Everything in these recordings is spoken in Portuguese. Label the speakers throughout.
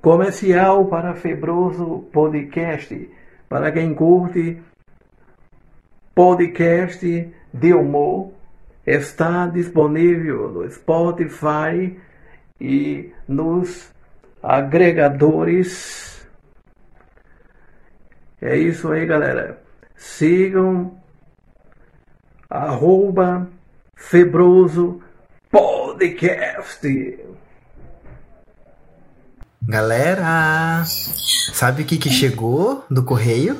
Speaker 1: Comercial para Febroso Podcast. Para quem curte podcast de humor, está disponível no Spotify e nos agregadores. É isso aí, galera. Sigam arroba Febroso Podcast.
Speaker 2: Galera, sabe o que, que chegou do correio?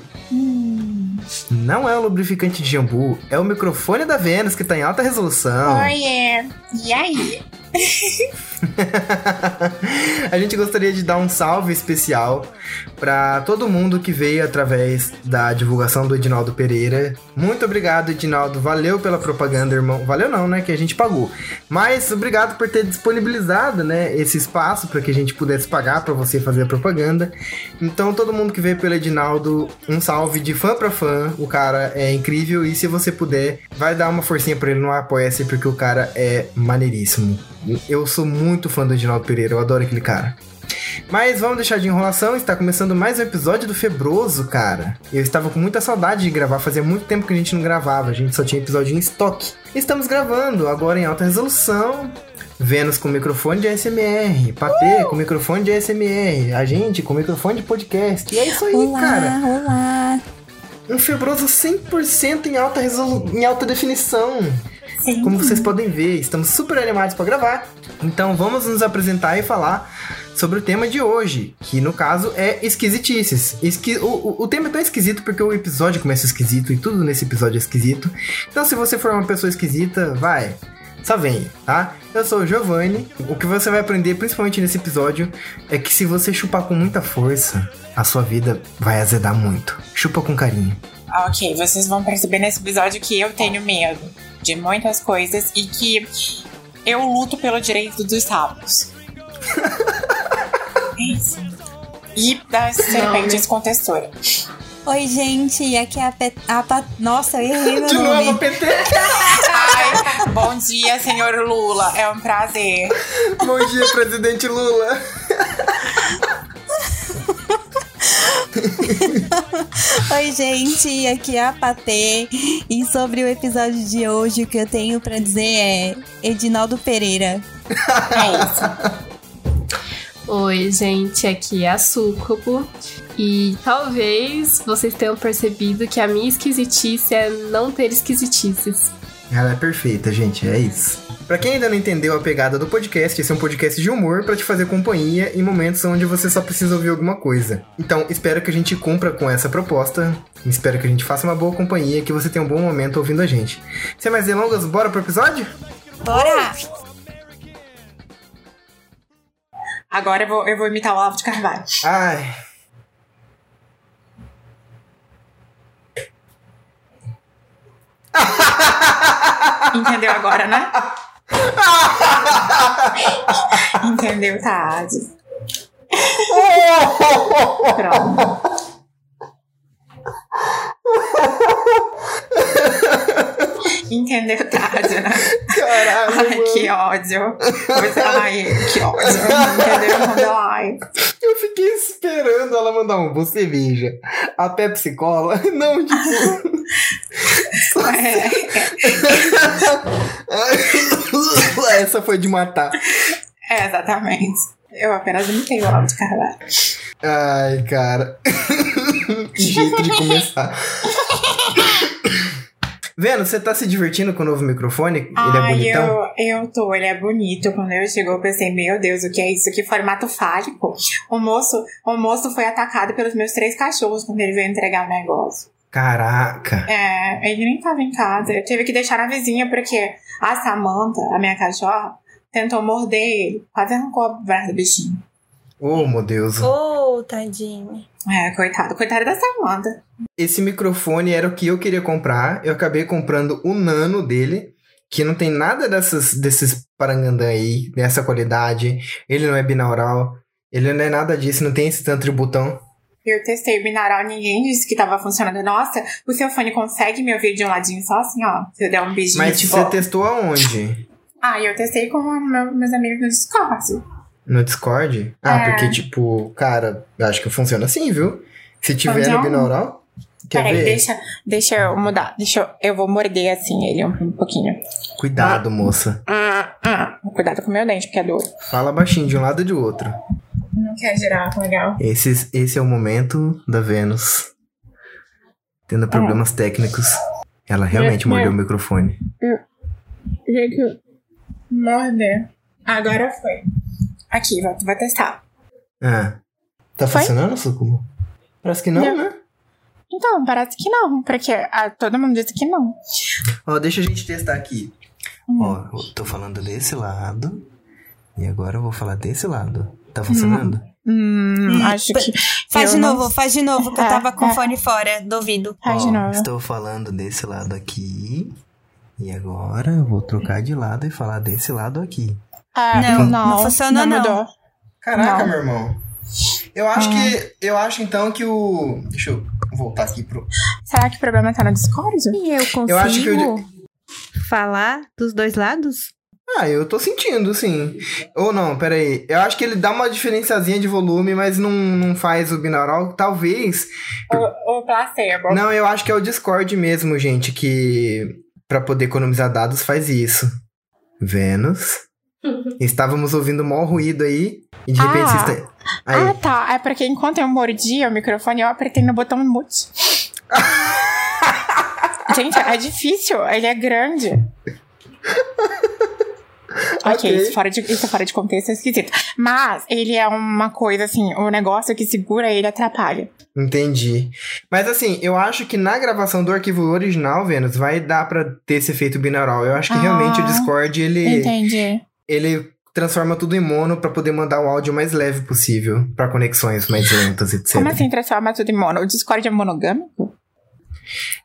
Speaker 2: Não é o lubrificante de jambu, é o microfone da Vênus que tá em alta resolução.
Speaker 3: Oiê, e aí?
Speaker 2: a gente gostaria de dar um salve especial para todo mundo que veio através da divulgação do Edinaldo Pereira. Muito obrigado, Edinaldo. Valeu pela propaganda, irmão. Valeu não, né, que a gente pagou. Mas obrigado por ter disponibilizado, né, esse espaço para que a gente pudesse pagar para você fazer a propaganda. Então, todo mundo que veio pelo Edinaldo, um salve de fã para fã. O cara é incrível e se você puder, vai dar uma forcinha para ele no Apoia-se porque o cara é maneiríssimo. Eu sou muito fã do Edinaldo Pereira, eu adoro aquele cara. Mas vamos deixar de enrolação, está começando mais um episódio do Febroso, cara. Eu estava com muita saudade de gravar, fazia muito tempo que a gente não gravava, a gente só tinha episódio em estoque. Estamos gravando, agora em alta resolução. Vênus com microfone de ASMR, Patê com microfone de ASMR, a gente com microfone de podcast. E é isso aí,
Speaker 3: olá,
Speaker 2: cara.
Speaker 3: olá.
Speaker 2: Um febroso 100% em alta, resolu... em alta definição.
Speaker 3: Sim.
Speaker 2: Como vocês podem ver, estamos super animados para gravar. Então vamos nos apresentar e falar sobre o tema de hoje, que no caso é esquisitices. Esqui- o, o- o tema é tão esquisito porque o episódio começa esquisito e tudo nesse episódio é esquisito. Então se você for uma pessoa esquisita, vai. Só vem, tá? Eu sou o Giovanni. O que você vai aprender, principalmente nesse episódio, é que se você chupar com muita força, a sua vida vai azedar muito. Chupa com carinho.
Speaker 3: Ah, Ok, vocês vão perceber nesse episódio que eu tenho medo de muitas coisas e que eu luto pelo direito dos sapos. É isso. E das serpentes com textura.
Speaker 4: Oi, gente, aqui é a, Pet... a Pat... Nossa, eu errei meu
Speaker 2: De
Speaker 4: nome.
Speaker 2: novo, PT!
Speaker 3: Ai, bom dia, senhor Lula. É um prazer.
Speaker 2: Bom dia, presidente Lula!
Speaker 4: Oi, gente, aqui é a Patê. E sobre o episódio de hoje, o que eu tenho pra dizer é Edinaldo Pereira.
Speaker 3: É isso.
Speaker 5: Oi, gente, aqui é a Súcubo. E talvez vocês tenham percebido que a minha esquisitice é não ter esquisitices.
Speaker 2: Ela é perfeita, gente, é isso. Pra quem ainda não entendeu a pegada do podcast, esse é um podcast de humor pra te fazer companhia em momentos onde você só precisa ouvir alguma coisa. Então, espero que a gente cumpra com essa proposta, espero que a gente faça uma boa companhia e que você tenha um bom momento ouvindo a gente. Sem mais delongas, bora pro episódio?
Speaker 4: Bora!
Speaker 3: Agora eu vou, eu vou imitar o Olavo de Carvalho.
Speaker 2: Ai.
Speaker 3: Entendeu agora, né? Entendeu, Tade? Pronto. Entendeu, Tade, né?
Speaker 2: Caralho,
Speaker 3: Ai, que ódio. Você, ai, que ódio. Entendeu? Quando Ai.
Speaker 2: eu fiquei esperando ela mandar um você veja. A Pepsi Cola, não, tipo.
Speaker 3: É,
Speaker 2: Essa foi de matar.
Speaker 3: é, exatamente. Eu apenas imitei o Olavo de Carvalho.
Speaker 2: Ai, cara. que jeito de começar. Vendo, você tá se divertindo com o novo microfone? Ele é
Speaker 3: Ai,
Speaker 2: bonitão?
Speaker 3: eu, eu tô, ele é bonito. Quando eu chegou, eu pensei, meu Deus, o que é isso? Que formato fálico. O moço, o moço foi atacado pelos meus três cachorros quando ele veio entregar o negócio.
Speaker 2: Caraca.
Speaker 3: É, ele nem tava em casa. Eu tive que deixar na vizinha, porque a Samantha, a minha cachorra, tentou morder ele. Quase arrancou a braça do bichinho.
Speaker 2: Oh, meu Deus.
Speaker 4: Ô, tadinho.
Speaker 3: É, coitado. Coitado da Samantha.
Speaker 2: Esse microfone era o que eu queria comprar. Eu acabei comprando o nano dele. Que não tem nada dessas, desses parangandã aí, dessa qualidade. Ele não é binaural. Ele não é nada disso, não tem esse tanto de botão.
Speaker 3: Eu testei o binaural, ninguém disse que tava funcionando. Nossa, o seu fone consegue me ouvir de um ladinho só assim, ó. Se eu der um beijinho,
Speaker 2: Mas
Speaker 3: tipo...
Speaker 2: você testou aonde?
Speaker 3: Ah, eu testei com meu- meus amigos no Discord.
Speaker 2: No Discord? Ah,
Speaker 3: É.
Speaker 2: porque, tipo, cara, eu acho que funciona assim, viu? Se tiver
Speaker 3: Então-
Speaker 2: no binaural, quer
Speaker 3: Peraí,
Speaker 2: ver?
Speaker 3: deixa, deixa eu mudar. Deixa eu, eu vou morder assim ele um, um pouquinho.
Speaker 2: Cuidado, moça.
Speaker 3: Ah, ah. Cuidado com o meu dente, porque é duro.
Speaker 2: Fala baixinho de um lado e de outro.
Speaker 3: Não quer girar, tá legal.
Speaker 2: Esse, esse é o momento da Vênus tendo problemas técnicos. Ela realmente
Speaker 3: É,
Speaker 2: mordeu o microfone.
Speaker 3: Gente, morder. Agora foi. Aqui, vou, vou testar.
Speaker 2: Ah, tá
Speaker 3: Foi?
Speaker 2: funcionando, Sucubo? Parece que não,
Speaker 3: Não.
Speaker 2: né?
Speaker 3: Então, parece que não, porque ah, todo mundo disse que não.
Speaker 2: Ó, deixa a gente testar aqui.
Speaker 3: Hum.
Speaker 2: Ó, eu tô falando desse lado. E agora eu vou falar desse lado. Tá
Speaker 3: Uhum.
Speaker 2: funcionando?
Speaker 3: Hum,
Speaker 4: Hum,
Speaker 3: acho
Speaker 4: pa-
Speaker 3: que.
Speaker 4: Faz
Speaker 3: eu
Speaker 4: de
Speaker 3: não-
Speaker 4: novo, faz de novo, que eu
Speaker 3: É,
Speaker 4: tava com
Speaker 3: é.
Speaker 4: fone fora do ouvido.
Speaker 3: Faz
Speaker 2: Ó,
Speaker 3: de novo.
Speaker 2: Estou falando desse lado aqui. E agora eu vou trocar de lado e falar desse lado aqui.
Speaker 3: Ah,
Speaker 4: Não, não funciona, não.
Speaker 3: mudou.
Speaker 2: Caraca,
Speaker 3: Não.
Speaker 2: meu irmão. Eu acho que. Eu acho então que o. Deixa eu voltar aqui pro.
Speaker 3: Será que o problema tá no Discord?
Speaker 6: E eu consigo
Speaker 2: Eu acho que eu-
Speaker 6: falar dos dois lados?
Speaker 2: Ah, eu tô sentindo, sim. Ou não, peraí. Eu acho que ele dá uma diferenciazinha de volume, mas não, não faz o binaural. Talvez.
Speaker 3: O, o placebo.
Speaker 2: Não, eu acho que é o Discord mesmo, gente, que pra poder economizar dados faz isso. Vênus. Estávamos ouvindo mó ruído aí e de repente
Speaker 3: Ah.
Speaker 2: vocês têm- aí.
Speaker 3: Ah, tá. É porque enquanto eu mordia o microfone, eu apertei no botão mute. Gente, é difícil. Ele é grande. Ok,
Speaker 2: Ok.
Speaker 3: Isso, fora de, isso fora de contexto é esquisito. Mas ele é uma coisa assim, o negócio que segura ele atrapalha.
Speaker 2: Entendi. Mas assim, eu acho que na gravação do arquivo original, Vênus, vai dar pra ter esse efeito binaural. Eu acho que
Speaker 3: Ah,
Speaker 2: realmente o Discord ele
Speaker 3: Entendi.
Speaker 2: ele transforma tudo em mono pra poder mandar o áudio mais leve possível pra conexões mais lentas, etc.
Speaker 3: Como assim transforma tudo em mono? O Discord é monogâmico?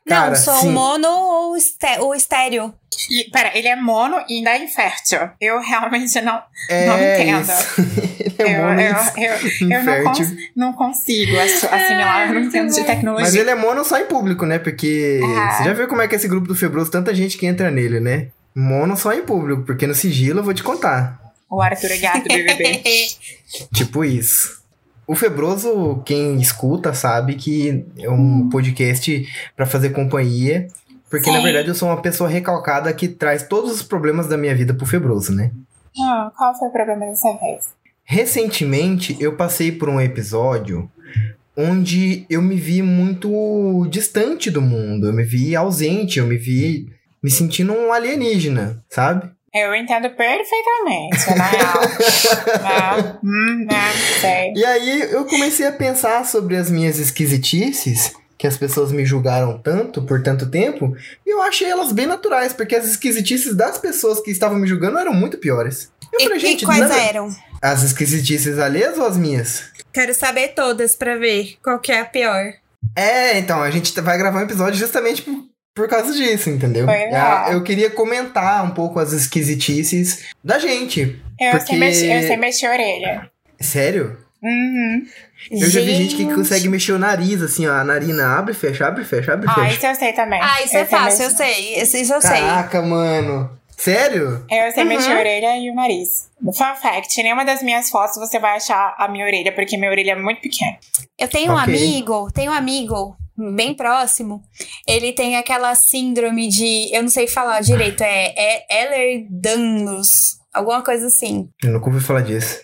Speaker 2: Cara,
Speaker 4: não, só
Speaker 2: sim.
Speaker 4: o mono ou o esté- ou estéreo?
Speaker 3: E, pera, ele é mono e ainda é infértil. Eu realmente não,
Speaker 2: É
Speaker 3: Não entendo.
Speaker 2: isso. ele
Speaker 3: eu,
Speaker 2: é mono
Speaker 3: eu,
Speaker 2: e
Speaker 3: eu, eu não,
Speaker 2: infértil.
Speaker 3: cons- não consigo asso- assimilar, eu não entendo de tecnologia.
Speaker 2: Mas ele é mono só em público, né? Porque
Speaker 3: Ah.
Speaker 2: você já viu como é que é esse grupo do Febroso, tanta gente que entra nele, né? Mono só em público, porque no sigilo eu vou te contar.
Speaker 3: O Arthur é gato do BBB.
Speaker 2: Tipo isso. O Febroso, quem escuta, sabe que é um podcast pra fazer companhia. Porque, na
Speaker 4: Sim.
Speaker 2: verdade, eu sou uma pessoa recalcada que traz todos os problemas da minha vida pro Febroso, né?
Speaker 3: Ah, qual foi o problema dessa vez?
Speaker 2: Recentemente eu passei por um episódio onde eu me vi muito distante do mundo, eu me vi ausente, eu me vi me sentindo um alienígena, sabe?
Speaker 3: Eu entendo perfeitamente, na real. não, hum, não sei.
Speaker 2: E aí eu comecei a pensar sobre as minhas esquisitices, que as pessoas me julgaram tanto por tanto tempo, e eu achei elas bem naturais, porque as esquisitices das pessoas que estavam me julgando eram muito piores. Eu
Speaker 4: E,
Speaker 2: falei,
Speaker 4: e
Speaker 2: gente,
Speaker 4: quais
Speaker 2: nada-
Speaker 4: eram?
Speaker 2: as esquisitices alheias ou as minhas?
Speaker 4: Quero saber todas pra ver qual que é a pior.
Speaker 2: É, então, a gente vai gravar um episódio justamente por, por causa disso, entendeu?
Speaker 3: Pois é.
Speaker 2: É, Eu queria comentar um pouco as esquisitices da gente.
Speaker 3: Eu, sei
Speaker 2: Porque-
Speaker 3: mexer, eu sei mexer a orelha.
Speaker 2: Sério?
Speaker 3: Uhum.
Speaker 2: Eu já vi gente que consegue mexer o nariz, assim, ó. A narina abre, fecha, abre, fecha, abre,
Speaker 3: Ah,
Speaker 2: fecha.
Speaker 3: isso eu sei também.
Speaker 4: Ah, isso é
Speaker 3: Eu sei
Speaker 4: fácil, eu
Speaker 3: mexer-
Speaker 4: sei. Esse isso eu sei.
Speaker 2: Caraca, mano. Sério?
Speaker 3: Eu sei
Speaker 4: Uhum.
Speaker 3: mexer a orelha e o nariz. Fun fact, nenhuma das minhas fotos você vai achar a minha orelha, porque minha orelha é muito pequena.
Speaker 4: Eu tenho um
Speaker 2: Ok.
Speaker 4: amigo, tenho um amigo bem próximo. Ele tem aquela síndrome de. Eu não sei falar direito, é, é Ehlers-Danlos, alguma coisa assim.
Speaker 2: Eu nunca ouvi falar disso.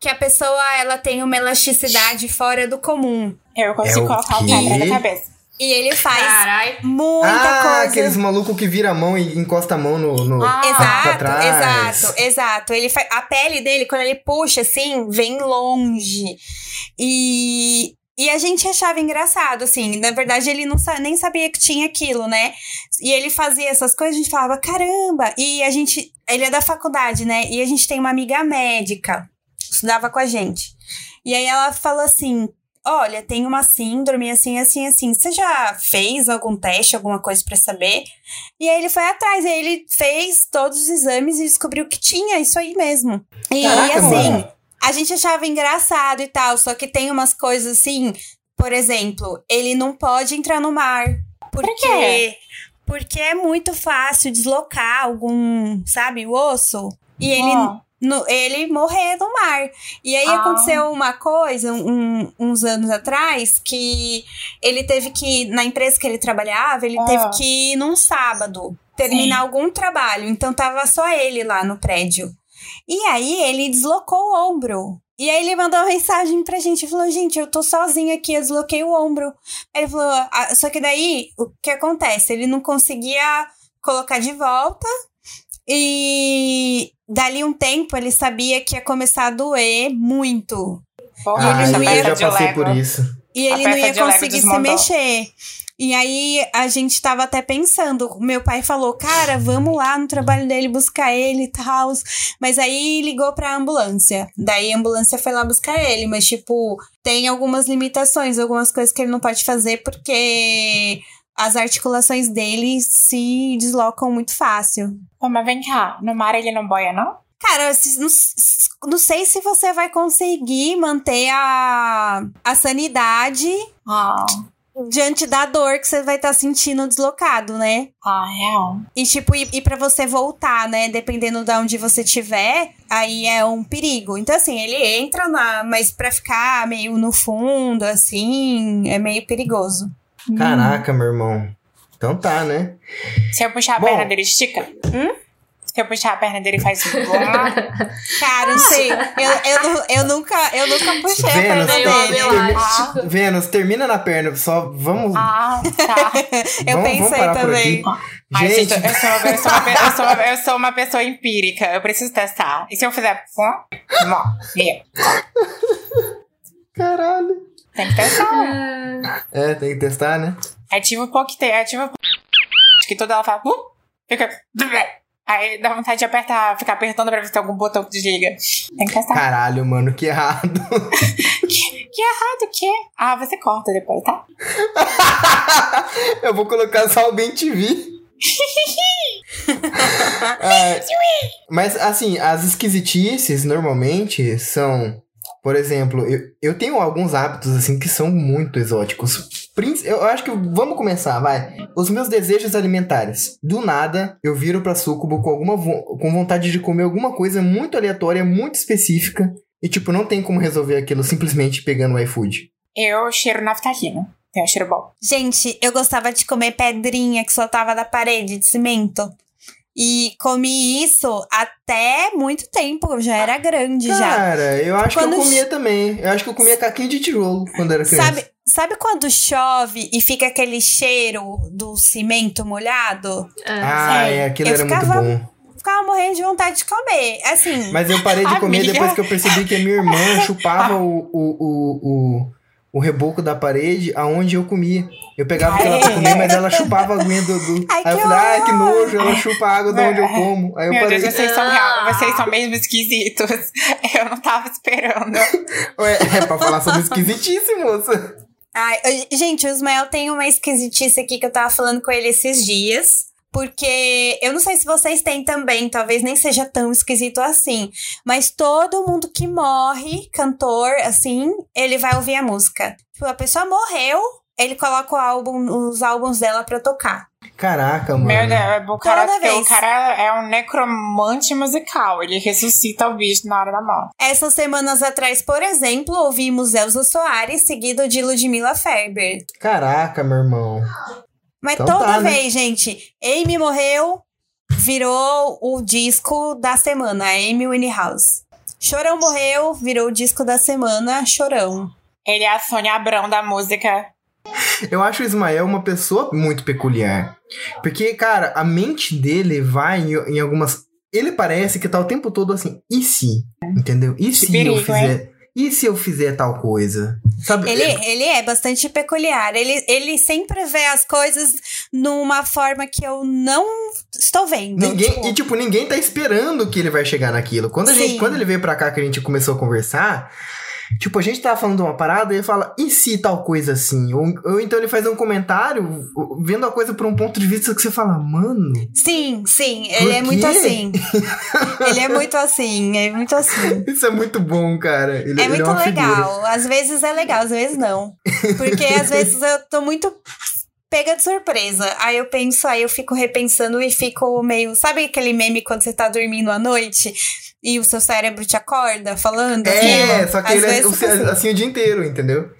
Speaker 4: Que a pessoa ela tem uma elasticidade fora do comum.
Speaker 3: Eu consigo
Speaker 2: É o
Speaker 3: colocar o
Speaker 2: quê?
Speaker 3: pé na cabeça.
Speaker 4: E ele faz
Speaker 5: Carai.
Speaker 4: muita
Speaker 2: ah,
Speaker 4: coisa.
Speaker 2: aqueles malucos que vira a mão e encosta a mão no... no-
Speaker 3: Ah,
Speaker 2: pra
Speaker 4: Exato,
Speaker 2: trás.
Speaker 4: exato, exato. Ele fa- A pele dele, quando ele puxa assim, vem longe. E. E a gente achava engraçado, assim. Na verdade, ele não sa- nem sabia que tinha aquilo, né? E ele fazia essas coisas, a gente falava, caramba! E a gente. Ele é da faculdade, né? E a gente tem uma amiga médica, estudava com a gente. E aí ela falou assim: Olha, tem uma síndrome assim, assim, assim. Você já fez algum teste, alguma coisa pra saber? E aí ele foi atrás, e aí ele fez todos os exames e descobriu que tinha isso aí mesmo. E
Speaker 2: Caraca,
Speaker 4: assim,
Speaker 2: mano.
Speaker 4: a gente achava engraçado e tal, só que tem umas coisas assim, por exemplo, ele não pode entrar no mar. Porque,
Speaker 3: quê?
Speaker 4: Porque é muito fácil deslocar algum, sabe, o osso. E ele
Speaker 3: Ó,
Speaker 4: no- ele morrer no mar. E aí
Speaker 5: Ah.
Speaker 4: aconteceu uma coisa um- uns anos atrás que ele teve que, na empresa que ele trabalhava, ele
Speaker 3: Ah.
Speaker 4: teve que ir num sábado terminar algum trabalho. Então tava só ele lá no prédio. E aí ele deslocou o ombro. E aí ele mandou uma mensagem pra gente, falou, gente, eu tô sozinho aqui, eu desloquei o ombro. Aí ele falou, "Ah", só que daí, o que acontece? Ele não conseguia colocar de volta, e dali um tempo ele sabia que ia começar a doer muito.
Speaker 3: Porra,
Speaker 2: Ah,
Speaker 4: ele
Speaker 2: eu
Speaker 4: não ia-
Speaker 2: já
Speaker 3: de
Speaker 2: passei
Speaker 3: lego.
Speaker 2: por isso.
Speaker 4: E
Speaker 3: A
Speaker 4: ele não
Speaker 3: peça
Speaker 4: ia
Speaker 3: de Lego
Speaker 4: conseguir se
Speaker 3: desmontou.
Speaker 4: mexer. E aí a gente tava até pensando, meu pai falou, cara, vamos lá no trabalho dele buscar ele e tal. Mas aí ligou pra ambulância. Daí a ambulância foi lá buscar ele, mas tipo, tem algumas limitações, algumas coisas que ele não pode fazer porque as articulações dele se deslocam muito fácil.
Speaker 3: Pô, mas vem cá, no mar ele não boia, não?
Speaker 4: Cara, se- não, s- não sei se você vai conseguir manter a, a sanidade
Speaker 3: Ah,
Speaker 4: diante da dor que você vai estar sentindo deslocado, né?
Speaker 3: ah, real.
Speaker 4: E tipo, e, e para você voltar, né? Dependendo de onde você tiver, aí é um perigo. Então, assim, ele entra na. Mas pra ficar meio no fundo, assim, é meio perigoso.
Speaker 2: Caraca, meu irmão. Então tá, né?
Speaker 3: Se eu puxar a
Speaker 2: Bom.
Speaker 3: perna dele, estica? Hum? Se eu puxar a perna dele, faz um blá.
Speaker 4: Cara, não sei. Eu, eu, nu- eu nunca, eu nunca puxei a perna
Speaker 2: Vênus,
Speaker 5: Eu amo,
Speaker 4: dele.
Speaker 5: eu acho.
Speaker 2: Vênus, termina na perna, só vamos.
Speaker 3: Ah, tá.
Speaker 4: Eu
Speaker 2: tipo, vamos, vamos
Speaker 4: pensei
Speaker 2: parar
Speaker 4: também.
Speaker 2: Por aqui.
Speaker 3: Ai,
Speaker 2: Gente,
Speaker 3: gente, eu sou, eu, sou uma, pe- eu, sou, eu sou uma pessoa empírica, eu preciso testar. E se eu fizer... fó, mó, meu,
Speaker 2: caralho.
Speaker 3: Tem que testar.
Speaker 2: É, tem que testar, né?
Speaker 3: Ativa o Pocket, ativa o Pocket, que toda ela fala... Uh, fica... Aí dá vontade de apertar, ficar apertando pra ver se tem algum botão que desliga. Tem que testar.
Speaker 2: Caralho, mano, que errado.
Speaker 3: Ah, do quê? Ah, você corta depois, tá?
Speaker 2: Eu vou colocar só o Bem TV. É, mas assim, as esquisitices normalmente são, por exemplo, eu, eu tenho alguns hábitos assim que são muito exóticos. Prin- Eu acho que vamos começar, vai. Os meus desejos alimentares. Do nada, eu viro pra Sucubo com alguma vo- com vontade de comer alguma coisa muito aleatória, muito específica. E tipo, não tem como resolver aquilo simplesmente pegando o iFood.
Speaker 3: Eu cheiro naftalina. Tem um cheiro bom.
Speaker 4: Gente, eu gostava de comer pedrinha que soltava da parede de cimento. E comi isso até muito tempo, eu já era grande já.
Speaker 2: Cara, eu acho que
Speaker 4: Quando
Speaker 2: eu comia também. Eu acho que eu comia caquinho de tijolo quando era criança.
Speaker 4: Sabe, sabe quando chove e fica aquele cheiro do cimento molhado?
Speaker 2: Ah,
Speaker 4: Sei.
Speaker 2: é, aquilo
Speaker 4: Eu
Speaker 2: era
Speaker 4: ficava-
Speaker 2: muito bom.
Speaker 4: Eu Ficava morrendo de vontade de comer. Assim,
Speaker 2: Mas eu parei de comer
Speaker 3: Amiga.
Speaker 2: depois que eu percebi que a minha irmã chupava o, o, o, o, o reboco da parede aonde eu comia. Eu pegava o que ela pra
Speaker 3: Ai.
Speaker 2: comer, mas ela chupava a aguinha do. do-
Speaker 4: Ai,
Speaker 2: Aí eu
Speaker 4: que
Speaker 2: falei, ah, que
Speaker 4: horror." É.
Speaker 2: nojo, ela chupa a água de onde eu como. Aí eu
Speaker 3: Meu
Speaker 2: parei.
Speaker 3: Deus, vocês são,
Speaker 5: Ah.
Speaker 3: real, vocês são mesmo esquisitos. Eu não tava esperando.
Speaker 2: Ué, é pra falar sobre esquisitice, moça.
Speaker 4: Ai, eu- gente, o Ismael tem uma esquisitice aqui que eu tava falando com ele esses dias. Porque eu não sei se vocês têm também, talvez nem seja tão esquisito assim. Mas todo mundo que morre, cantor, assim, ele vai ouvir a música. Tipo, a pessoa morreu, ele coloca o álbum, os álbuns dela pra tocar.
Speaker 2: Caraca, mano.
Speaker 3: Meu Deus, é o cara,
Speaker 4: Toda vez.
Speaker 3: o cara é um necromante musical. Ele ressuscita o bicho na hora da morte.
Speaker 4: Essas semanas atrás, por exemplo, ouvimos Elza Soares, seguido de Ludmilla Ferber.
Speaker 2: Caraca, meu irmão.
Speaker 4: Mas
Speaker 2: Então
Speaker 4: toda
Speaker 2: tá, né?
Speaker 4: vez, gente, Amy morreu, virou o disco da semana, Amy Winehouse. Chorão morreu, virou o disco da semana, Chorão.
Speaker 3: Ele é a Sônia Abrão da música.
Speaker 2: Eu acho o Ismael uma pessoa muito peculiar. Porque, cara, a mente dele vai em, em algumas. Ele parece que tá o tempo todo assim, e se? Entendeu? E se eu
Speaker 3: perigo,
Speaker 2: fizer. E se eu fizer tal coisa? Sabe?
Speaker 4: Ele, ele é bastante peculiar. Ele, ele sempre vê as coisas numa forma que eu não estou vendo.
Speaker 2: Ninguém,
Speaker 4: Tipo,
Speaker 2: e tipo, ninguém tá esperando que ele vai chegar naquilo. Quando, a
Speaker 4: Sim.
Speaker 2: gente, quando ele veio pra cá que a gente começou a conversar, tipo, a gente tava falando de uma parada e ele fala, e se tal coisa assim? Ou, ou então ele faz um comentário vendo a coisa por um ponto de vista que você fala, mano.
Speaker 4: Sim, sim,
Speaker 2: Por
Speaker 4: ele é muito
Speaker 2: quê?
Speaker 4: assim. ele é muito assim, é muito assim.
Speaker 2: Isso é muito bom, cara. Ele,
Speaker 4: É
Speaker 2: ele
Speaker 4: muito
Speaker 2: uma figura.
Speaker 4: legal. Às vezes é legal, às vezes não. Porque às vezes eu tô muito pega de surpresa. Aí eu penso, aí eu fico repensando e fico meio. Sabe aquele meme quando você tá dormindo à noite? e o seu cérebro te acorda falando?
Speaker 2: É,
Speaker 4: assim,
Speaker 2: só que
Speaker 4: às
Speaker 2: ele é
Speaker 4: vezes
Speaker 2: o-
Speaker 4: fica assim.
Speaker 2: assim o dia inteiro, entendeu?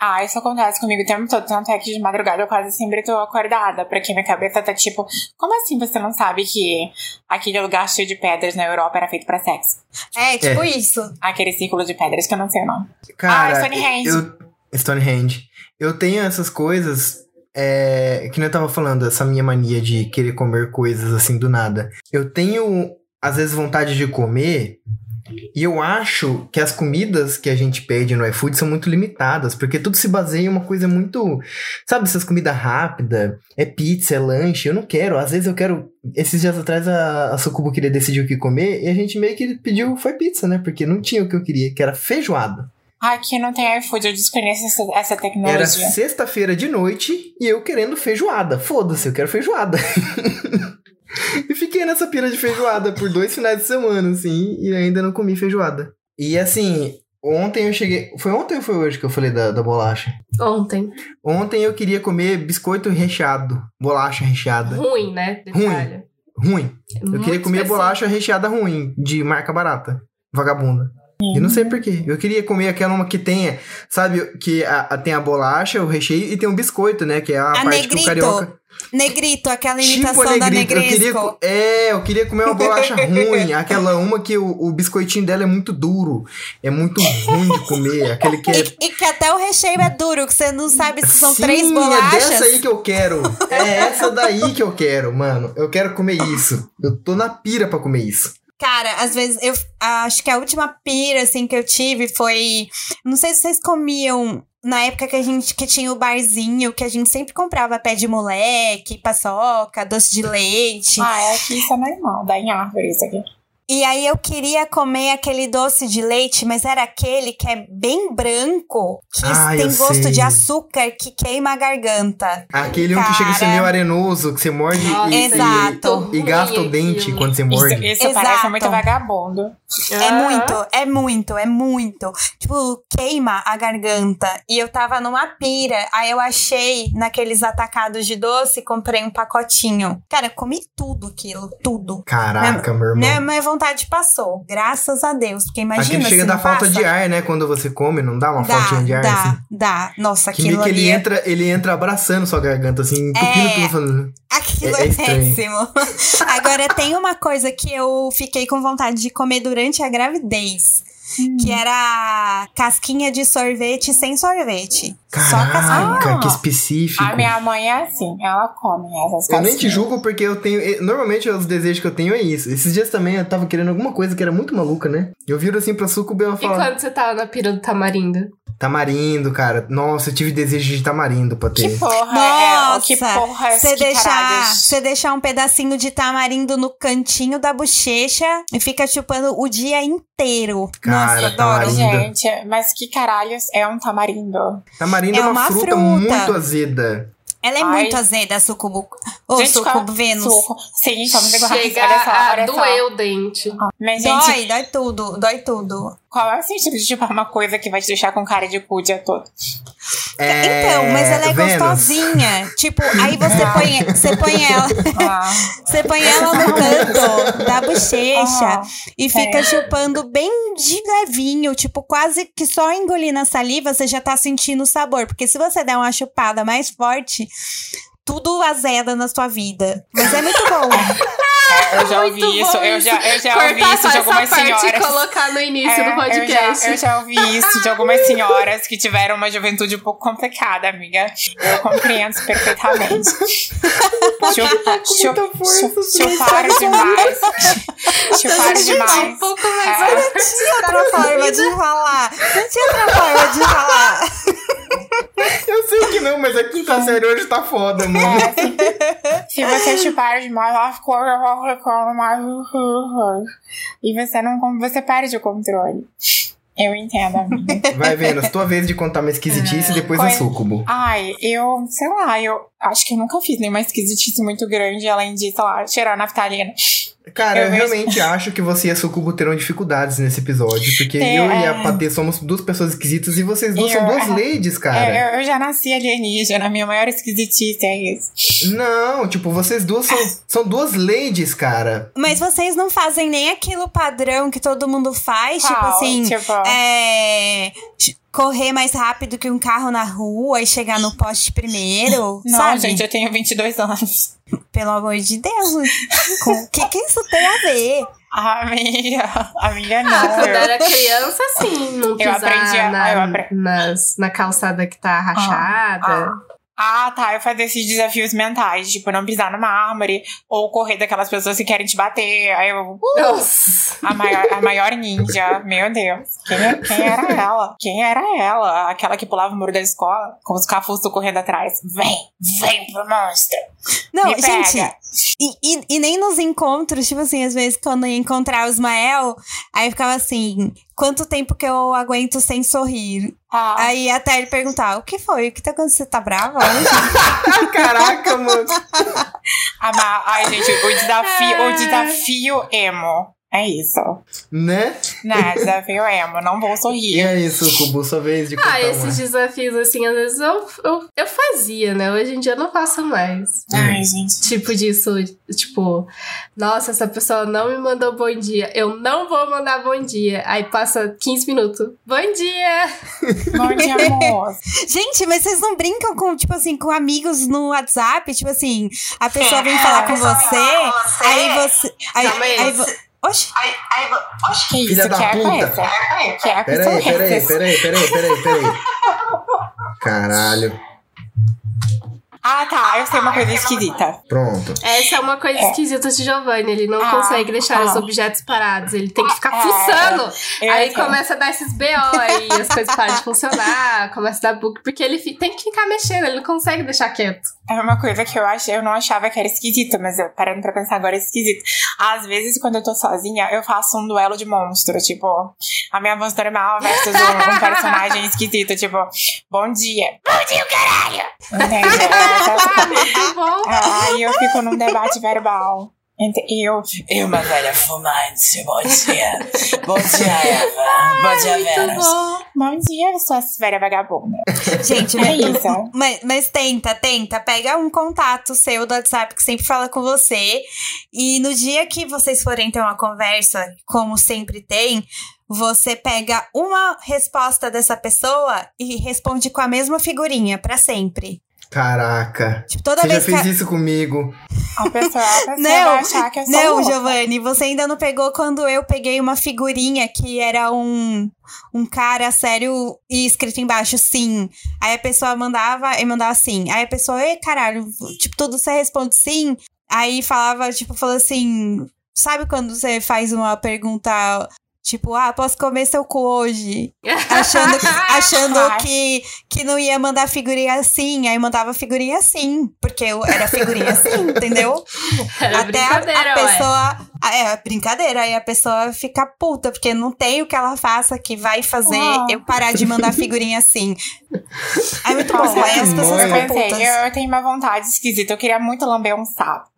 Speaker 3: Ah, isso acontece comigo o tempo todo. Tanto é que de madrugada eu quase sempre tô acordada. Porque minha cabeça tá tipo, como assim você não sabe que aquele lugar cheio de pedras na Europa era feito pra sexo?
Speaker 4: É, tipo isso.
Speaker 3: Aquele círculo de pedras que eu não sei o nome.
Speaker 2: Cara,
Speaker 3: Ah, Stonehenge.
Speaker 2: Eu, Stonehenge. Eu tenho essas coisas. é, que nem eu tava falando, essa minha mania de querer comer coisas assim do nada. Eu tenho, às vezes, vontade de comer. E eu acho que as comidas que a gente pede no iFood são muito limitadas, porque tudo se baseia em uma coisa muito. Sabe, essas comidas rápidas, é pizza, é lanche, eu não quero. Às vezes eu quero. Esses dias atrás a, a Sucubo queria decidir o que comer, e a gente meio que pediu, foi pizza, né? Porque não tinha o que eu queria, que era feijoada.
Speaker 3: Aqui não tem iFood, eu desconheço essa, essa
Speaker 2: Era assim.
Speaker 3: tecnologia.
Speaker 2: sexta-feira de noite e eu querendo feijoada. Foda-se, eu quero feijoada. e fiquei nessa pira de feijoada por dois finais de semana, assim, e ainda não comi feijoada. E assim, ontem eu cheguei. Foi ontem ou foi hoje que eu falei da, da bolacha?
Speaker 5: Ontem.
Speaker 2: Ontem eu queria comer biscoito recheado, bolacha recheada.
Speaker 5: Ruim, né? Detalhe.
Speaker 2: Ruim. Eu queria
Speaker 5: Muito
Speaker 2: comer
Speaker 5: específico.
Speaker 2: bolacha recheada ruim, de marca barata, vagabunda. E não sei porquê. Eu queria comer aquela uma que tenha, sabe, que a, a- tem a bolacha, o recheio e tem um biscoito, né? Que é a, parte que
Speaker 4: Negrito,
Speaker 2: o carioca.
Speaker 4: Negrito, aquela
Speaker 2: Tipo
Speaker 4: imitação
Speaker 2: a
Speaker 4: da
Speaker 2: negrito. Eu queria,
Speaker 4: Negresco.
Speaker 2: co- é, eu queria comer uma bolacha ruim. Aquela uma que o, o biscoitinho dela é muito duro. É muito ruim de comer. Aquele que é.
Speaker 4: E, e que até o recheio é duro, que você não sabe se são
Speaker 2: Sim,
Speaker 4: três
Speaker 2: É
Speaker 4: bolachas.
Speaker 2: dessa aí que eu quero. É essa daí que eu quero, mano. Eu quero comer isso. Eu tô na pira pra comer isso.
Speaker 4: Cara, às vezes eu acho que a última pira assim que eu tive foi, não sei se vocês comiam na época que a gente que tinha o barzinho, que a gente sempre comprava pé de moleque, paçoca, doce de leite.
Speaker 3: Ah, é aqui isso é normal, dá em árvore isso aqui.
Speaker 4: E aí eu queria comer aquele doce de leite, mas era aquele que é bem branco, que
Speaker 2: Ah,
Speaker 4: tem
Speaker 2: eu
Speaker 4: gosto de
Speaker 2: sei.
Speaker 4: açúcar que queima a garganta.
Speaker 2: Aquele um que chega a ser
Speaker 4: Cara.
Speaker 2: meio arenoso, que você morde
Speaker 5: Nossa,
Speaker 2: e,
Speaker 4: Exato.
Speaker 2: e, e gasta o
Speaker 5: Ruim
Speaker 2: dente
Speaker 5: aquilo.
Speaker 2: quando você
Speaker 3: Isso,
Speaker 2: morde.
Speaker 3: isso
Speaker 4: Exato.
Speaker 3: parece muito vagabundo.
Speaker 4: É
Speaker 5: Ah,
Speaker 4: muito, é muito, é muito. Tipo, queima a garganta. E eu tava numa pira. Aí eu achei naqueles atacados de doce e comprei um pacotinho. Cara, eu comi tudo aquilo, tudo.
Speaker 2: Caraca, meu irmão.
Speaker 4: Minha, minha vontade passou, graças a Deus. Porque Né, imagina
Speaker 2: Aquele chega
Speaker 4: se
Speaker 2: a dar
Speaker 4: não
Speaker 2: falta
Speaker 4: passa.
Speaker 2: de ar, né? Quando você come, não dá uma
Speaker 4: Dá,
Speaker 2: faltinha de ar,
Speaker 4: dá,
Speaker 2: assim.
Speaker 4: dá. Nossa,
Speaker 2: Que
Speaker 4: aquilo
Speaker 2: meio que ele
Speaker 4: ali é-
Speaker 2: entra, ele entra abraçando sua garganta, assim, entupindo
Speaker 4: É.
Speaker 2: tudo. Falando.
Speaker 4: Aquilo
Speaker 2: É-
Speaker 4: é,
Speaker 2: é estranho.
Speaker 4: péssimo. Agora, tem uma coisa que eu fiquei com vontade de comer durante a gravidez. Que era casquinha de sorvete sem sorvete. Só casquinha.
Speaker 2: Caraca, que específico.
Speaker 4: Ah,
Speaker 3: A minha mãe é assim, ela come essas
Speaker 2: Eu
Speaker 3: coisas.
Speaker 2: nem te julgo porque eu tenho. eh, Normalmente os desejos que eu tenho é isso. Esses dias também eu tava querendo alguma coisa que era muito maluca, né? Eu viro assim pra suco e ela
Speaker 5: E
Speaker 2: fala.
Speaker 5: quando você tá na pira do tamarindo?
Speaker 2: Tamarindo, cara. Nossa, eu tive desejo de tamarindo pra ter.
Speaker 3: Que porra é?
Speaker 4: Nossa,
Speaker 3: Que porra é
Speaker 4: Você
Speaker 3: que
Speaker 4: deixar,
Speaker 3: caralhos?
Speaker 4: você deixar um pedacinho de tamarindo no cantinho da bochecha e fica chupando o dia inteiro.
Speaker 2: Cara,
Speaker 4: Nossa, adoro.
Speaker 2: tamarindo.
Speaker 3: Gente, mas que caralhos é um tamarindo?
Speaker 2: Tamarindo é
Speaker 4: É
Speaker 2: uma,
Speaker 4: uma
Speaker 2: fruta,
Speaker 4: fruta.
Speaker 2: muito azeda.
Speaker 4: Ela é
Speaker 3: Ai.
Speaker 4: muito azeda, sucubo. Ô,
Speaker 3: Gente,
Speaker 4: sucubo
Speaker 3: qual-
Speaker 4: Vênus.
Speaker 3: Suco. Sim, tá muito
Speaker 5: Chega
Speaker 3: Olha só,
Speaker 5: a
Speaker 3: olha
Speaker 5: doer
Speaker 3: só.
Speaker 5: o dente.
Speaker 3: Mas, gente,
Speaker 4: Dói, dói tudo, dói tudo.
Speaker 3: qual é o sentido de chupar uma coisa que vai te deixar com cara de cu o dia todo?
Speaker 2: É,
Speaker 4: Então, mas ela é
Speaker 2: Vênus.
Speaker 4: gostosinha. Tipo, aí você
Speaker 3: Ah.
Speaker 4: põe, você põe ela,
Speaker 3: Ah,
Speaker 4: você põe ela no canto da bochecha
Speaker 3: ah.
Speaker 4: e fica
Speaker 5: é.
Speaker 4: chupando bem de levinho, tipo, quase que só engolir na saliva você já tá sentindo o sabor, porque se você der uma chupada mais forte, tudo azeda na sua vida. Mas é muito bom.
Speaker 3: Eu já
Speaker 5: Muito
Speaker 3: ouvi isso,
Speaker 5: bom
Speaker 3: eu já, eu já ouvi
Speaker 5: Cortar
Speaker 3: isso
Speaker 5: só
Speaker 3: de
Speaker 5: essa
Speaker 3: algumas
Speaker 5: parte e
Speaker 3: senhoras.
Speaker 5: colocar no início
Speaker 3: É,
Speaker 5: do podcast.
Speaker 3: Eu já, eu já ouvi isso de algumas senhoras que tiveram uma juventude um pouco complicada, amiga. Eu compreendo perfeitamente. Chupa, chupa, chupa, chuparam demais. Chuparam
Speaker 5: Um
Speaker 3: demais.
Speaker 5: pouco mais
Speaker 3: É.
Speaker 5: é.
Speaker 4: Tinha outra forma de falar. Não tinha outra forma de falar.
Speaker 2: Eu sei que não, mas a quinta série hoje tá foda, mano.
Speaker 3: Se você chupar demais, ela ficou mais. E você não você perde o controle. Eu entendo, amiga.
Speaker 2: Vai, Vênus, tua vez de contar uma esquisitice e depois um
Speaker 3: Qual é?
Speaker 2: sucubo.
Speaker 3: Ai, eu, sei lá, eu Acho que eu nunca fiz nenhuma esquisitice muito grande, além de, sei lá, cheirar naftalina.
Speaker 2: Cara, eu,
Speaker 3: Eu mesmo.
Speaker 2: realmente acho que você e a Sucubo terão dificuldades nesse episódio, porque
Speaker 3: É.
Speaker 2: eu e a Patê somos duas pessoas esquisitas e vocês duas são
Speaker 3: Eu-
Speaker 2: duas ladies, cara.
Speaker 3: É, eu, eu já nasci alienígena, minha maior esquisitice é isso.
Speaker 2: Não, tipo, vocês duas são, são duas ladies, cara.
Speaker 4: Mas vocês não fazem nem aquilo padrão que todo mundo faz, tipo
Speaker 3: Qual?
Speaker 4: assim.
Speaker 3: Tipo,
Speaker 4: é, ch- correr mais rápido que um carro na rua e chegar no poste primeiro,
Speaker 3: não,
Speaker 4: sabe?
Speaker 3: gente, eu tenho 22 anos.
Speaker 4: Pelo amor de Deus. Com o que, que isso tem a ver?
Speaker 3: Amiga, amiga
Speaker 4: Ah,
Speaker 3: não.
Speaker 5: Ah, Quando
Speaker 3: eu-
Speaker 5: era criança, assim, não pisar
Speaker 3: aprendi a-
Speaker 5: na,
Speaker 3: eu apre-
Speaker 5: nas- na calçada que tá rachada.
Speaker 3: Ah, tá. Eu fazia esses desafios mentais, tipo, não pisar numa árvore ou correr daquelas pessoas que querem te bater. Aí eu.
Speaker 5: Nossa!
Speaker 3: A maior, a maior ninja, meu Deus. Quem, é, quem era ela? Quem era ela? Aquela que pulava o muro da escola com os cafustos correndo atrás. Vem, vem pro monstro.
Speaker 4: Não,
Speaker 3: Me pega.
Speaker 4: gente, e, e- e nem nos encontros, tipo assim, às vezes quando eu ia encontrar o Ismael, aí eu ficava assim, quanto tempo que eu aguento sem sorrir?
Speaker 3: Ah,
Speaker 4: Aí até ele perguntar, o que foi? O que tá acontecendo? Você tá brava hoje?
Speaker 2: Caraca, mano.
Speaker 3: a ma- ai, gente, o desafio,
Speaker 2: É.
Speaker 3: o desafio emo. É isso.
Speaker 2: Né?
Speaker 3: Né, desafio emo. Não vou
Speaker 2: E
Speaker 3: sorrir.
Speaker 2: aí, Sucubo, sua vez de contar
Speaker 5: Ah, esses
Speaker 2: uma.
Speaker 5: desafios, assim, às vezes eu, eu, eu fazia, né? Hoje em dia eu não faço mais.
Speaker 3: Ai, gente.
Speaker 5: Tipo disso, tipo, nossa, essa pessoa não me mandou bom dia. Eu não vou mandar bom dia. Aí passa 15 minutos. Bom dia!
Speaker 3: Bom dia, amor.
Speaker 4: Gente, mas vocês não brincam com, tipo assim, com amigos no WhatsApp? Tipo assim, a É, pessoa vem falar com você, aí você. Aí,
Speaker 5: Calma aí.
Speaker 4: aí vo- Oxe,
Speaker 3: Que isso?
Speaker 2: Filha da
Speaker 3: que é
Speaker 2: puta.
Speaker 3: coisa? Que é coisa?
Speaker 2: Peraí, peraí, peraí, peraí, peraí, peraí. Caralho.
Speaker 3: Ah, tá. Eu sei uma coisa esquisita.
Speaker 2: Pronto.
Speaker 5: Essa é uma coisa esquisita de Giovanni. Ele não
Speaker 3: Ah,
Speaker 5: consegue deixar
Speaker 3: ah.
Speaker 5: os objetos parados. Ele tem que ficar
Speaker 3: Ah,
Speaker 5: fuçando.
Speaker 3: Eu
Speaker 5: aí
Speaker 3: sei.
Speaker 5: começa a dar esses BO aí, as coisas param de funcionar, começa a dar bug, porque ele fi- tem que ficar mexendo, ele não consegue deixar quieto.
Speaker 3: É uma coisa que eu achei, eu não achava que era esquisita, mas eu, parando pra pensar agora é esquisito. Às vezes, quando eu tô sozinha, eu faço um duelo de monstro, tipo, a minha voz normal versus um, um personagem esquisito, tipo, bom dia. Bom dia, caralho! Entende?
Speaker 5: Ah, muito bom.
Speaker 3: Aí eu fico num debate verbal. Entre eu. Eu, uma velha fumante, bom dia. Bom dia, Eva. Bom dia,
Speaker 5: Muito bom.
Speaker 3: Bom dia, sua velha vagabunda.
Speaker 4: gente,
Speaker 3: É
Speaker 4: mas,
Speaker 3: isso.
Speaker 4: mas, mas tenta, tenta. Pega um contato seu do WhatsApp que sempre fala com você. E no dia que vocês forem ter uma conversa, como sempre tem, você pega uma resposta dessa pessoa e responde com a mesma figurinha pra sempre.
Speaker 2: Caraca.
Speaker 4: Tipo, toda
Speaker 2: Você já
Speaker 4: vez que. a-
Speaker 2: fez isso comigo.
Speaker 3: A pessoa, a pessoa
Speaker 4: Não,
Speaker 3: vai achar que é eu sou
Speaker 4: Não,
Speaker 3: louca.
Speaker 4: Giovanni, você ainda não pegou quando eu peguei uma figurinha que era um, um cara sério e escrito embaixo sim. Aí a pessoa mandava e mandava sim. Aí a pessoa, ei, caralho, tipo, tudo você responde sim. Aí falava, tipo, falou assim: sabe quando você faz uma pergunta. Tipo, ah, posso comer seu cu hoje? Achando, achando que, que não ia mandar figurinha assim, aí mandava figurinha assim, porque eu era figurinha assim, entendeu?
Speaker 5: Era
Speaker 4: Até a,
Speaker 5: brincadeira,
Speaker 4: a
Speaker 5: ué.
Speaker 4: pessoa. ah, É, brincadeira. Aí a pessoa fica puta, porque não tem o que ela faça que vai fazer
Speaker 3: Ah.
Speaker 4: eu parar de mandar figurinha assim. É muito bom,
Speaker 3: Nossa,
Speaker 4: aí as
Speaker 2: que mãe.
Speaker 4: pessoas ficam
Speaker 3: Eu
Speaker 5: é
Speaker 3: pensei,
Speaker 4: putas.
Speaker 3: eu, eu tenho uma vontade esquisita. Eu queria muito lamber um sapo.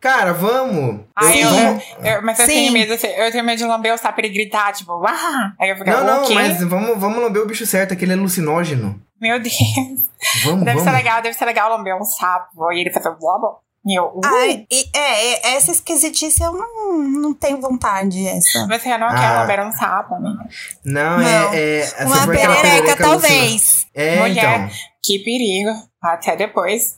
Speaker 2: Cara, vamos.
Speaker 3: Ai,
Speaker 2: Eu-
Speaker 3: eu-
Speaker 2: vamos-
Speaker 3: Eu- mas eu
Speaker 4: Sim.
Speaker 3: tenho medo, assim, eu tenho medo de lamber o sapo e ele gritar, tipo, ah! Aí eu fico,
Speaker 2: Não,
Speaker 3: o
Speaker 2: não,
Speaker 3: quê?
Speaker 2: mas vamos, vamos lamber o bicho certo, aquele alucinógeno.
Speaker 3: Meu Deus.
Speaker 2: Vamos,
Speaker 3: Deve
Speaker 2: vamos.
Speaker 3: ser legal, deve ser legal lamber um sapo. E ele fazer blá E eu, uh,
Speaker 4: Ai, e- é, é, essa esquisitice eu não, não tenho vontade, essa.
Speaker 3: você não quer
Speaker 2: Ah.
Speaker 3: lamber um sapo, né?
Speaker 2: Não,
Speaker 4: Não.
Speaker 2: é. é é
Speaker 4: Uma
Speaker 2: sobre aquela
Speaker 4: perereca,
Speaker 2: perereca alucin-
Speaker 4: talvez.
Speaker 2: É,
Speaker 3: Mulher.
Speaker 2: então.
Speaker 3: Que perigo. Até depois.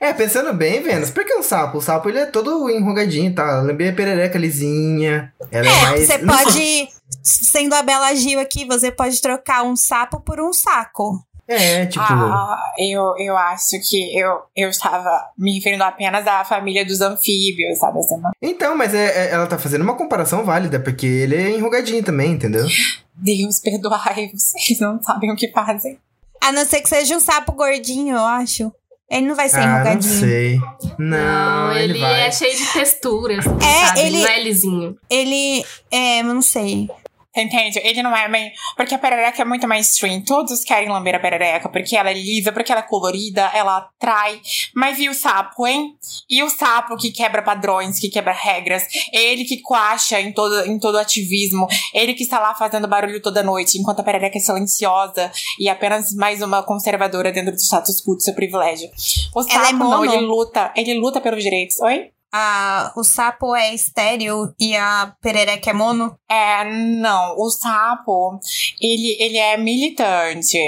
Speaker 2: É, pensando bem, Vênus, por que um sapo? O sapo ele é todo enrugadinho, tá? Lembrei a perereca lisinha. Ela é, mais.
Speaker 4: Você
Speaker 2: Não sei,
Speaker 4: pode. Sendo a Bela Gil aqui, você pode trocar um sapo por um saco.
Speaker 2: É, tipo.
Speaker 3: Ah, eu, eu acho que eu, eu estava me referindo apenas à família dos anfíbios, sabe? Assim, uma-
Speaker 2: Então, mas é, é- ela tá fazendo uma comparação válida, porque ele é enrugadinho também, entendeu?
Speaker 3: Deus perdoai, vocês não sabem o que fazem.
Speaker 4: A não ser que seja um sapo gordinho, eu acho. Ele não vai ser
Speaker 2: ah, não
Speaker 4: enrugadinho.
Speaker 2: sei. Não,
Speaker 5: Não,
Speaker 2: ele, é
Speaker 5: ele
Speaker 2: vai.
Speaker 5: é cheio de texturas,
Speaker 4: É,
Speaker 5: sabe?
Speaker 4: ele-
Speaker 5: Não é lisinho.
Speaker 4: Ele. É, eu não sei.
Speaker 3: Você entende? Ele não é meio. Porque a perereca é muito mainstream. Todos querem lamber a perereca, porque ela é lisa, porque ela é colorida, ela atrai. Mas e o sapo, hein? E o sapo que quebra padrões, que quebra regras. Ele que coacha em todo, em todo ativismo. Ele que está lá fazendo barulho toda noite, enquanto a perereca é silenciosa e apenas mais uma conservadora dentro do status quo do seu privilégio. O sapo
Speaker 4: Ela é
Speaker 3: não,
Speaker 4: mono.
Speaker 3: ele luta. Ele luta pelos direitos. Oi?
Speaker 4: A, o sapo é estéreo e a perereca é mono?
Speaker 3: É, não, o sapo, ele, ele é militante.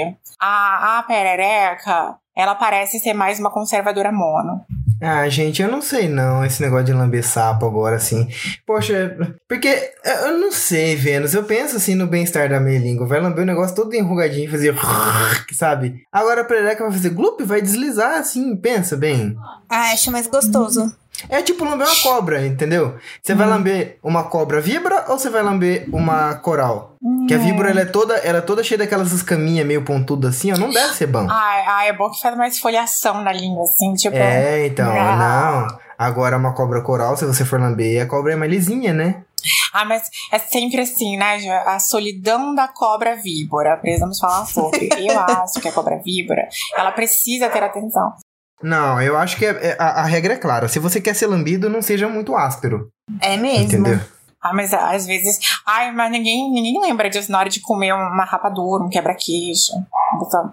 Speaker 3: A, a perereca, ela parece ser mais uma conservadora mono.
Speaker 2: Ah, gente, eu não sei não, esse negócio de lamber sapo agora, assim. Poxa, porque eu eu não sei, Vênus. Eu penso assim no bem-estar da minha língua. Vai lamber o negócio todo enrugadinho e fazer. Sabe? Agora a perereca vai fazer glup, vai deslizar assim, pensa bem.
Speaker 4: Ah, acho mais gostoso.
Speaker 2: É tipo lamber uma cobra, entendeu? Você vai lamber uma cobra vibra ou você vai lamber uma coral? Que a víbora ela é toda, ela é toda cheia daquelas escaminhas meio pontudas assim, ó. Não deve ser bom.
Speaker 3: Ai, ai, é bom que faz uma esfoliação na língua, assim, tipo.
Speaker 2: É, então,
Speaker 3: Não.
Speaker 2: não. Agora uma cobra coral, se você for lamber, a cobra é mais lisinha, né?
Speaker 3: Ah, mas é sempre assim, né, Ju? A solidão da cobra víbora. Precisamos falar sobre. Eu acho que a cobra víbora, ela precisa ter atenção.
Speaker 2: Não, eu acho que é- é- a, a regra é clara. Se você quer ser lambido, não seja muito áspero.
Speaker 4: É mesmo.
Speaker 2: Entendeu?
Speaker 3: Ah, mas às vezes. Ai, mas ninguém, ninguém lembra disso na hora de comer uma rapadura, um quebra-queixo. botar-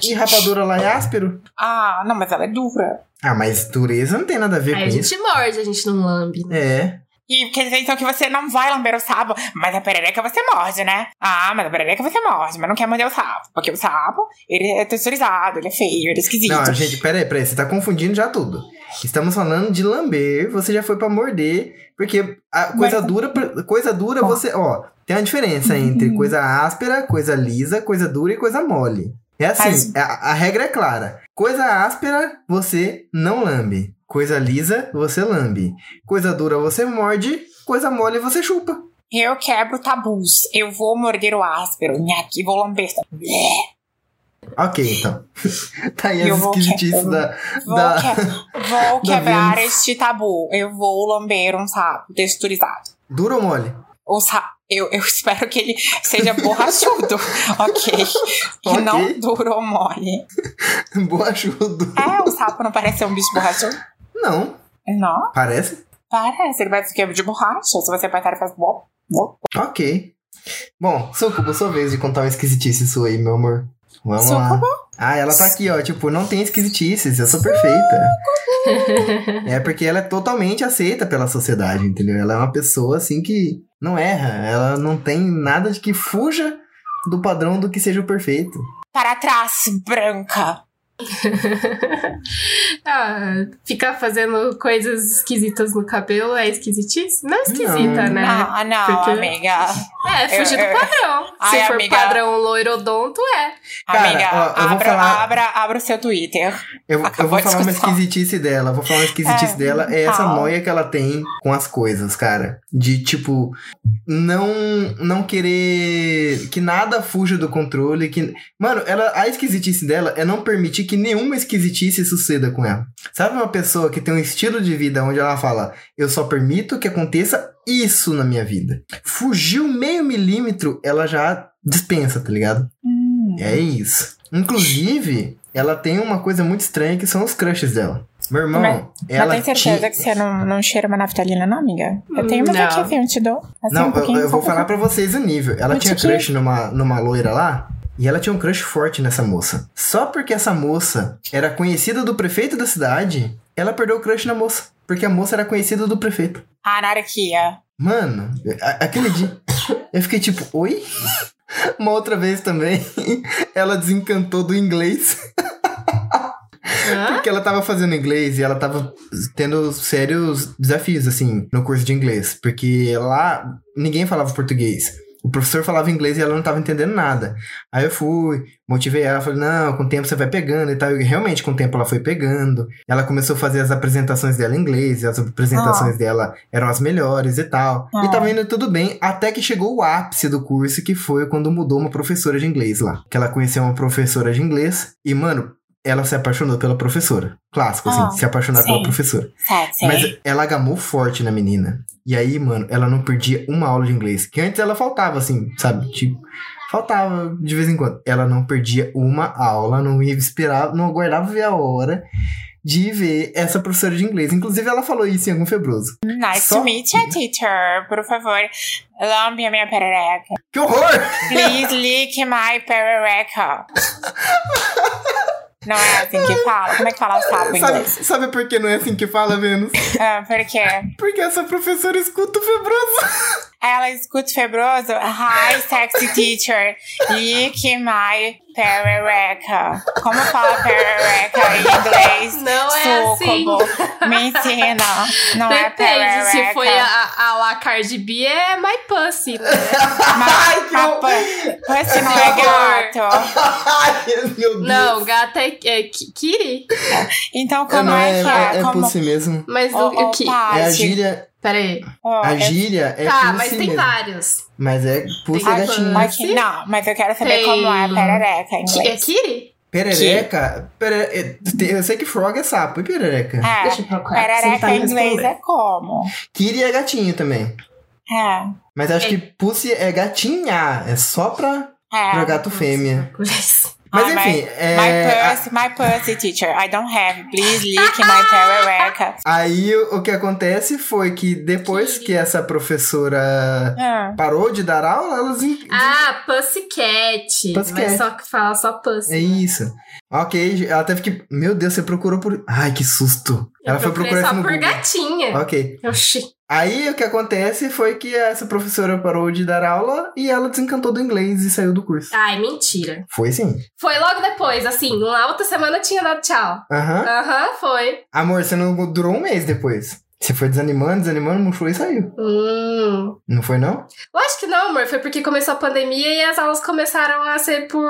Speaker 2: E rapadura lá é áspero?
Speaker 3: Ah, não, mas ela é dura.
Speaker 2: Ah, mas dureza não tem nada a ver
Speaker 5: Aí
Speaker 2: com
Speaker 5: a
Speaker 2: isso.
Speaker 5: gente morde, a gente não lambe. né?
Speaker 2: É.
Speaker 3: E quer dizer então que você não vai lamber o sapo, mas a perereca você morde, né? Ah, mas a perereca você morde, mas não quer morder o sapo. Porque o sapo, ele é texturizado, ele é feio, ele é esquisito.
Speaker 2: Não, gente, peraí, peraí, você tá confundindo já tudo. Estamos falando de lamber, você já foi pra morder, porque a coisa dura, coisa dura você, ó, tem uma diferença entre
Speaker 3: Uhum.
Speaker 2: coisa áspera, coisa lisa, coisa dura e coisa mole. É assim,
Speaker 3: Mas-
Speaker 2: a, a regra é clara. Coisa áspera, você não lambe. Coisa lisa, você lambe. Coisa dura, você morde. Coisa mole, você chupa.
Speaker 3: Eu quebro tabus. Eu vou morder o áspero, nhaque, e vou lamber.
Speaker 2: Ok, então. tá aí
Speaker 3: Eu
Speaker 2: as
Speaker 3: vou
Speaker 2: esquisitices
Speaker 3: que-
Speaker 2: da,
Speaker 3: Vou,
Speaker 2: da-
Speaker 3: que- vou
Speaker 2: da
Speaker 3: quebrar
Speaker 2: Vênus.
Speaker 3: este tabu. Eu vou lamber um sapo texturizado.
Speaker 2: Dura ou mole?
Speaker 3: O sapo. Eu, eu espero que ele seja borrachudo, ok? E
Speaker 2: Ok.
Speaker 3: não duro ou mole.
Speaker 2: Borrachudo.
Speaker 3: É, o sapo não parece ser um bicho borrachudo?
Speaker 2: Não,
Speaker 3: Não.
Speaker 2: parece.
Speaker 3: Parece, ele parece que é de borracha. Se você apertar, ele faz bom.
Speaker 2: Ok. Bom, Sucubo, sua vez de contar uma esquisitice sua aí, meu amor. Vamos lá.
Speaker 3: Sucubo?
Speaker 2: Ah, ela tá aqui, ó. Tipo, não tem esquisitices, eu sou perfeita. é porque ela é totalmente aceita pela sociedade, entendeu? Ela é uma pessoa, assim, que não erra. Ela não tem nada de que fuja do padrão do que seja o perfeito.
Speaker 3: Para trás, branca.
Speaker 5: Ah, ficar fazendo coisas esquisitas no cabelo é esquisitice? Não é esquisita,
Speaker 2: Não.
Speaker 5: né?
Speaker 3: Ah, não,
Speaker 5: Porque-
Speaker 3: amiga.
Speaker 5: É, fugir
Speaker 3: É, é.
Speaker 5: do padrão.
Speaker 3: Ai,
Speaker 5: Se for
Speaker 3: amiga.
Speaker 5: padrão loirodonto, é.
Speaker 2: Cara,
Speaker 3: amiga,
Speaker 2: ó, eu vou
Speaker 3: abra,
Speaker 2: falar-
Speaker 3: abra, abra o seu Twitter.
Speaker 2: Eu, eu
Speaker 3: Acabou
Speaker 2: vou
Speaker 3: a
Speaker 2: falar uma
Speaker 3: discussão.
Speaker 2: esquisitice dela. Vou falar uma esquisitice
Speaker 3: É,
Speaker 2: dela. É essa
Speaker 3: fala.
Speaker 2: noia que ela tem com as coisas, cara. De tipo, não não querer que nada fuja do controle. Que... Mano, ela, a esquisitice dela é não permitir que nenhuma esquisitice suceda com ela. Sabe uma pessoa que tem um estilo de vida onde ela fala: Eu só permito que aconteça isso na minha vida. Fugiu meio milímetro, ela já dispensa, tá ligado? É isso. Inclusive, ela tem uma coisa muito estranha que são os crushes dela. Meu irmão,
Speaker 3: Mas-
Speaker 2: ela.
Speaker 3: Mas tem certeza
Speaker 2: tinha- Hum,
Speaker 3: que você não, não cheira uma naftalina, não, amiga? Eu tenho umas
Speaker 5: Não.
Speaker 3: aqui, assim, eu te dou. Assim,
Speaker 2: Não,
Speaker 3: um
Speaker 2: eu-
Speaker 3: pouquinho,
Speaker 2: eu, vou
Speaker 3: só um
Speaker 2: falar pra vocês o nível. Ela
Speaker 3: Um
Speaker 2: tinha
Speaker 3: tiquinho.
Speaker 2: crush numa, numa loira lá. E ela tinha um crush forte nessa moça. Só porque essa moça era conhecida do prefeito da cidade, ela perdeu o crush na moça. Porque a moça era conhecida do prefeito.
Speaker 3: pouquinho. Ah, Anarquia.
Speaker 2: Mano, a- aquele dia. Eu fiquei tipo, oi? Uma outra vez também, ela desencantou do inglês.
Speaker 5: Hã?
Speaker 2: Porque ela tava fazendo inglês e ela tava tendo sérios desafios, assim, no curso de inglês. Porque lá ninguém falava português. O professor falava inglês e ela não tava entendendo nada. Aí eu fui, motivei ela, falei, não, com o tempo você vai pegando e tal. E realmente, com o tempo ela foi pegando. Ela começou a fazer as apresentações dela em inglês, e as apresentações dela eram as melhores e tal. E
Speaker 3: Ah.
Speaker 2: tava indo tudo bem, até que chegou o ápice do curso, que foi quando mudou uma professora de inglês lá. Que ela conheceu uma professora de inglês, e, mano, ela se apaixonou pela professora. Clássico, assim,
Speaker 3: Ah,
Speaker 2: se apaixonar pela
Speaker 3: sim.
Speaker 2: professora.
Speaker 3: Sexy.
Speaker 2: Mas ela gamou forte na menina. E aí, mano, ela não perdia uma aula de inglês. Que antes ela faltava, assim, sabe? Tipo, faltava de vez em quando. Ela não perdia uma aula, não ia esperar, não aguardava ver a hora de ver essa professora de inglês. Inclusive, ela falou isso em algum febroso.
Speaker 3: Nice
Speaker 2: é Só-
Speaker 3: to meet you, teacher. Por favor, lambe a minha perereca.
Speaker 2: Que horror!
Speaker 3: Please lick my perereca. Não é assim que fala? Como é que fala sapo em
Speaker 2: Sabe,
Speaker 3: inglês?
Speaker 2: sabe por que não é assim que fala, Vênus?
Speaker 3: Ah, porque
Speaker 2: Porque essa professora escuta o febroso.
Speaker 3: ela escuta febroso. Hi, sexy teacher. Lick my perereca. Como fala perereca em inglês?
Speaker 5: Não é assim.
Speaker 3: Sucubo. Me ensina. Não é
Speaker 5: Depende,
Speaker 3: perereca.
Speaker 5: se foi a, a La Cardi B, é My Pussy.
Speaker 3: Mas,
Speaker 2: que horror.
Speaker 3: mas, mas se não é
Speaker 5: horror.
Speaker 3: gato.
Speaker 2: Ai, meu Deus.
Speaker 5: Não, gata é, é ki- Kiri.
Speaker 3: Então,
Speaker 2: É,
Speaker 3: como
Speaker 2: não,
Speaker 3: é,
Speaker 2: é,
Speaker 3: que é?
Speaker 2: é, é
Speaker 3: como...
Speaker 2: por si mesmo.
Speaker 5: Mas
Speaker 3: Ô,
Speaker 5: o, o
Speaker 3: ô,
Speaker 5: que.
Speaker 2: É a
Speaker 3: Paty,
Speaker 2: gíria.
Speaker 5: Peraí.
Speaker 3: ó,
Speaker 2: A
Speaker 3: é-
Speaker 2: gíria é
Speaker 5: tá,
Speaker 2: por
Speaker 5: mas
Speaker 2: si
Speaker 5: tem
Speaker 2: mesmo.
Speaker 5: vários.
Speaker 2: Mas é por ser
Speaker 5: Tem
Speaker 2: gatinho.
Speaker 5: vários.
Speaker 3: mas que- não, mas eu quero saber
Speaker 5: Tem-
Speaker 3: como é a perereca em
Speaker 5: Ki- É
Speaker 3: inglês.
Speaker 5: Kiri?
Speaker 2: Perereca. pere- é, tem- Eu sei que frog é sapo. E perereca?
Speaker 3: É,
Speaker 5: Deixa eu procurar.
Speaker 3: perereca
Speaker 5: tá me
Speaker 3: em inglês é
Speaker 5: respondendo.
Speaker 3: como?
Speaker 2: Kiri é gatinho também.
Speaker 3: É,
Speaker 2: Mas acho que pussy é gatinha. É só pra,
Speaker 3: é.
Speaker 2: pra gato fêmea. Mas
Speaker 3: Ah,
Speaker 2: enfim,
Speaker 3: My
Speaker 2: é, a-
Speaker 3: pussy, my pussy, teacher. I don't have. Please lick my perereca.
Speaker 2: aí o o que acontece foi que depois que essa professora
Speaker 3: Ah,
Speaker 2: parou de dar aula, elas. en-
Speaker 5: Ah, Pussycat.
Speaker 2: Pussycat.
Speaker 5: Mas só que fala só Pussy.
Speaker 2: É isso. Ok, ela teve que. Meu Deus, você procurou por. Ai, que susto.
Speaker 5: Eu
Speaker 2: ela foi procurar
Speaker 5: procurei
Speaker 2: isso
Speaker 5: só
Speaker 2: no
Speaker 5: por
Speaker 2: Google.
Speaker 5: gatinha.
Speaker 2: Ok.
Speaker 5: Oxi.
Speaker 2: Aí o que acontece foi que essa professora parou de dar aula e ela desencantou do inglês e saiu do curso.
Speaker 5: Ai, mentira.
Speaker 2: Foi sim.
Speaker 5: Foi logo depois, assim. Na outra semana tinha dado tchau.
Speaker 2: Aham.
Speaker 5: Aham, foi.
Speaker 2: Amor, você não durou um mês depois. Você foi desanimando, desanimando, murchou e saiu.
Speaker 5: Hum.
Speaker 2: Não foi, não?
Speaker 5: Lógico que não, amor. Foi porque começou a pandemia e as aulas começaram a ser por.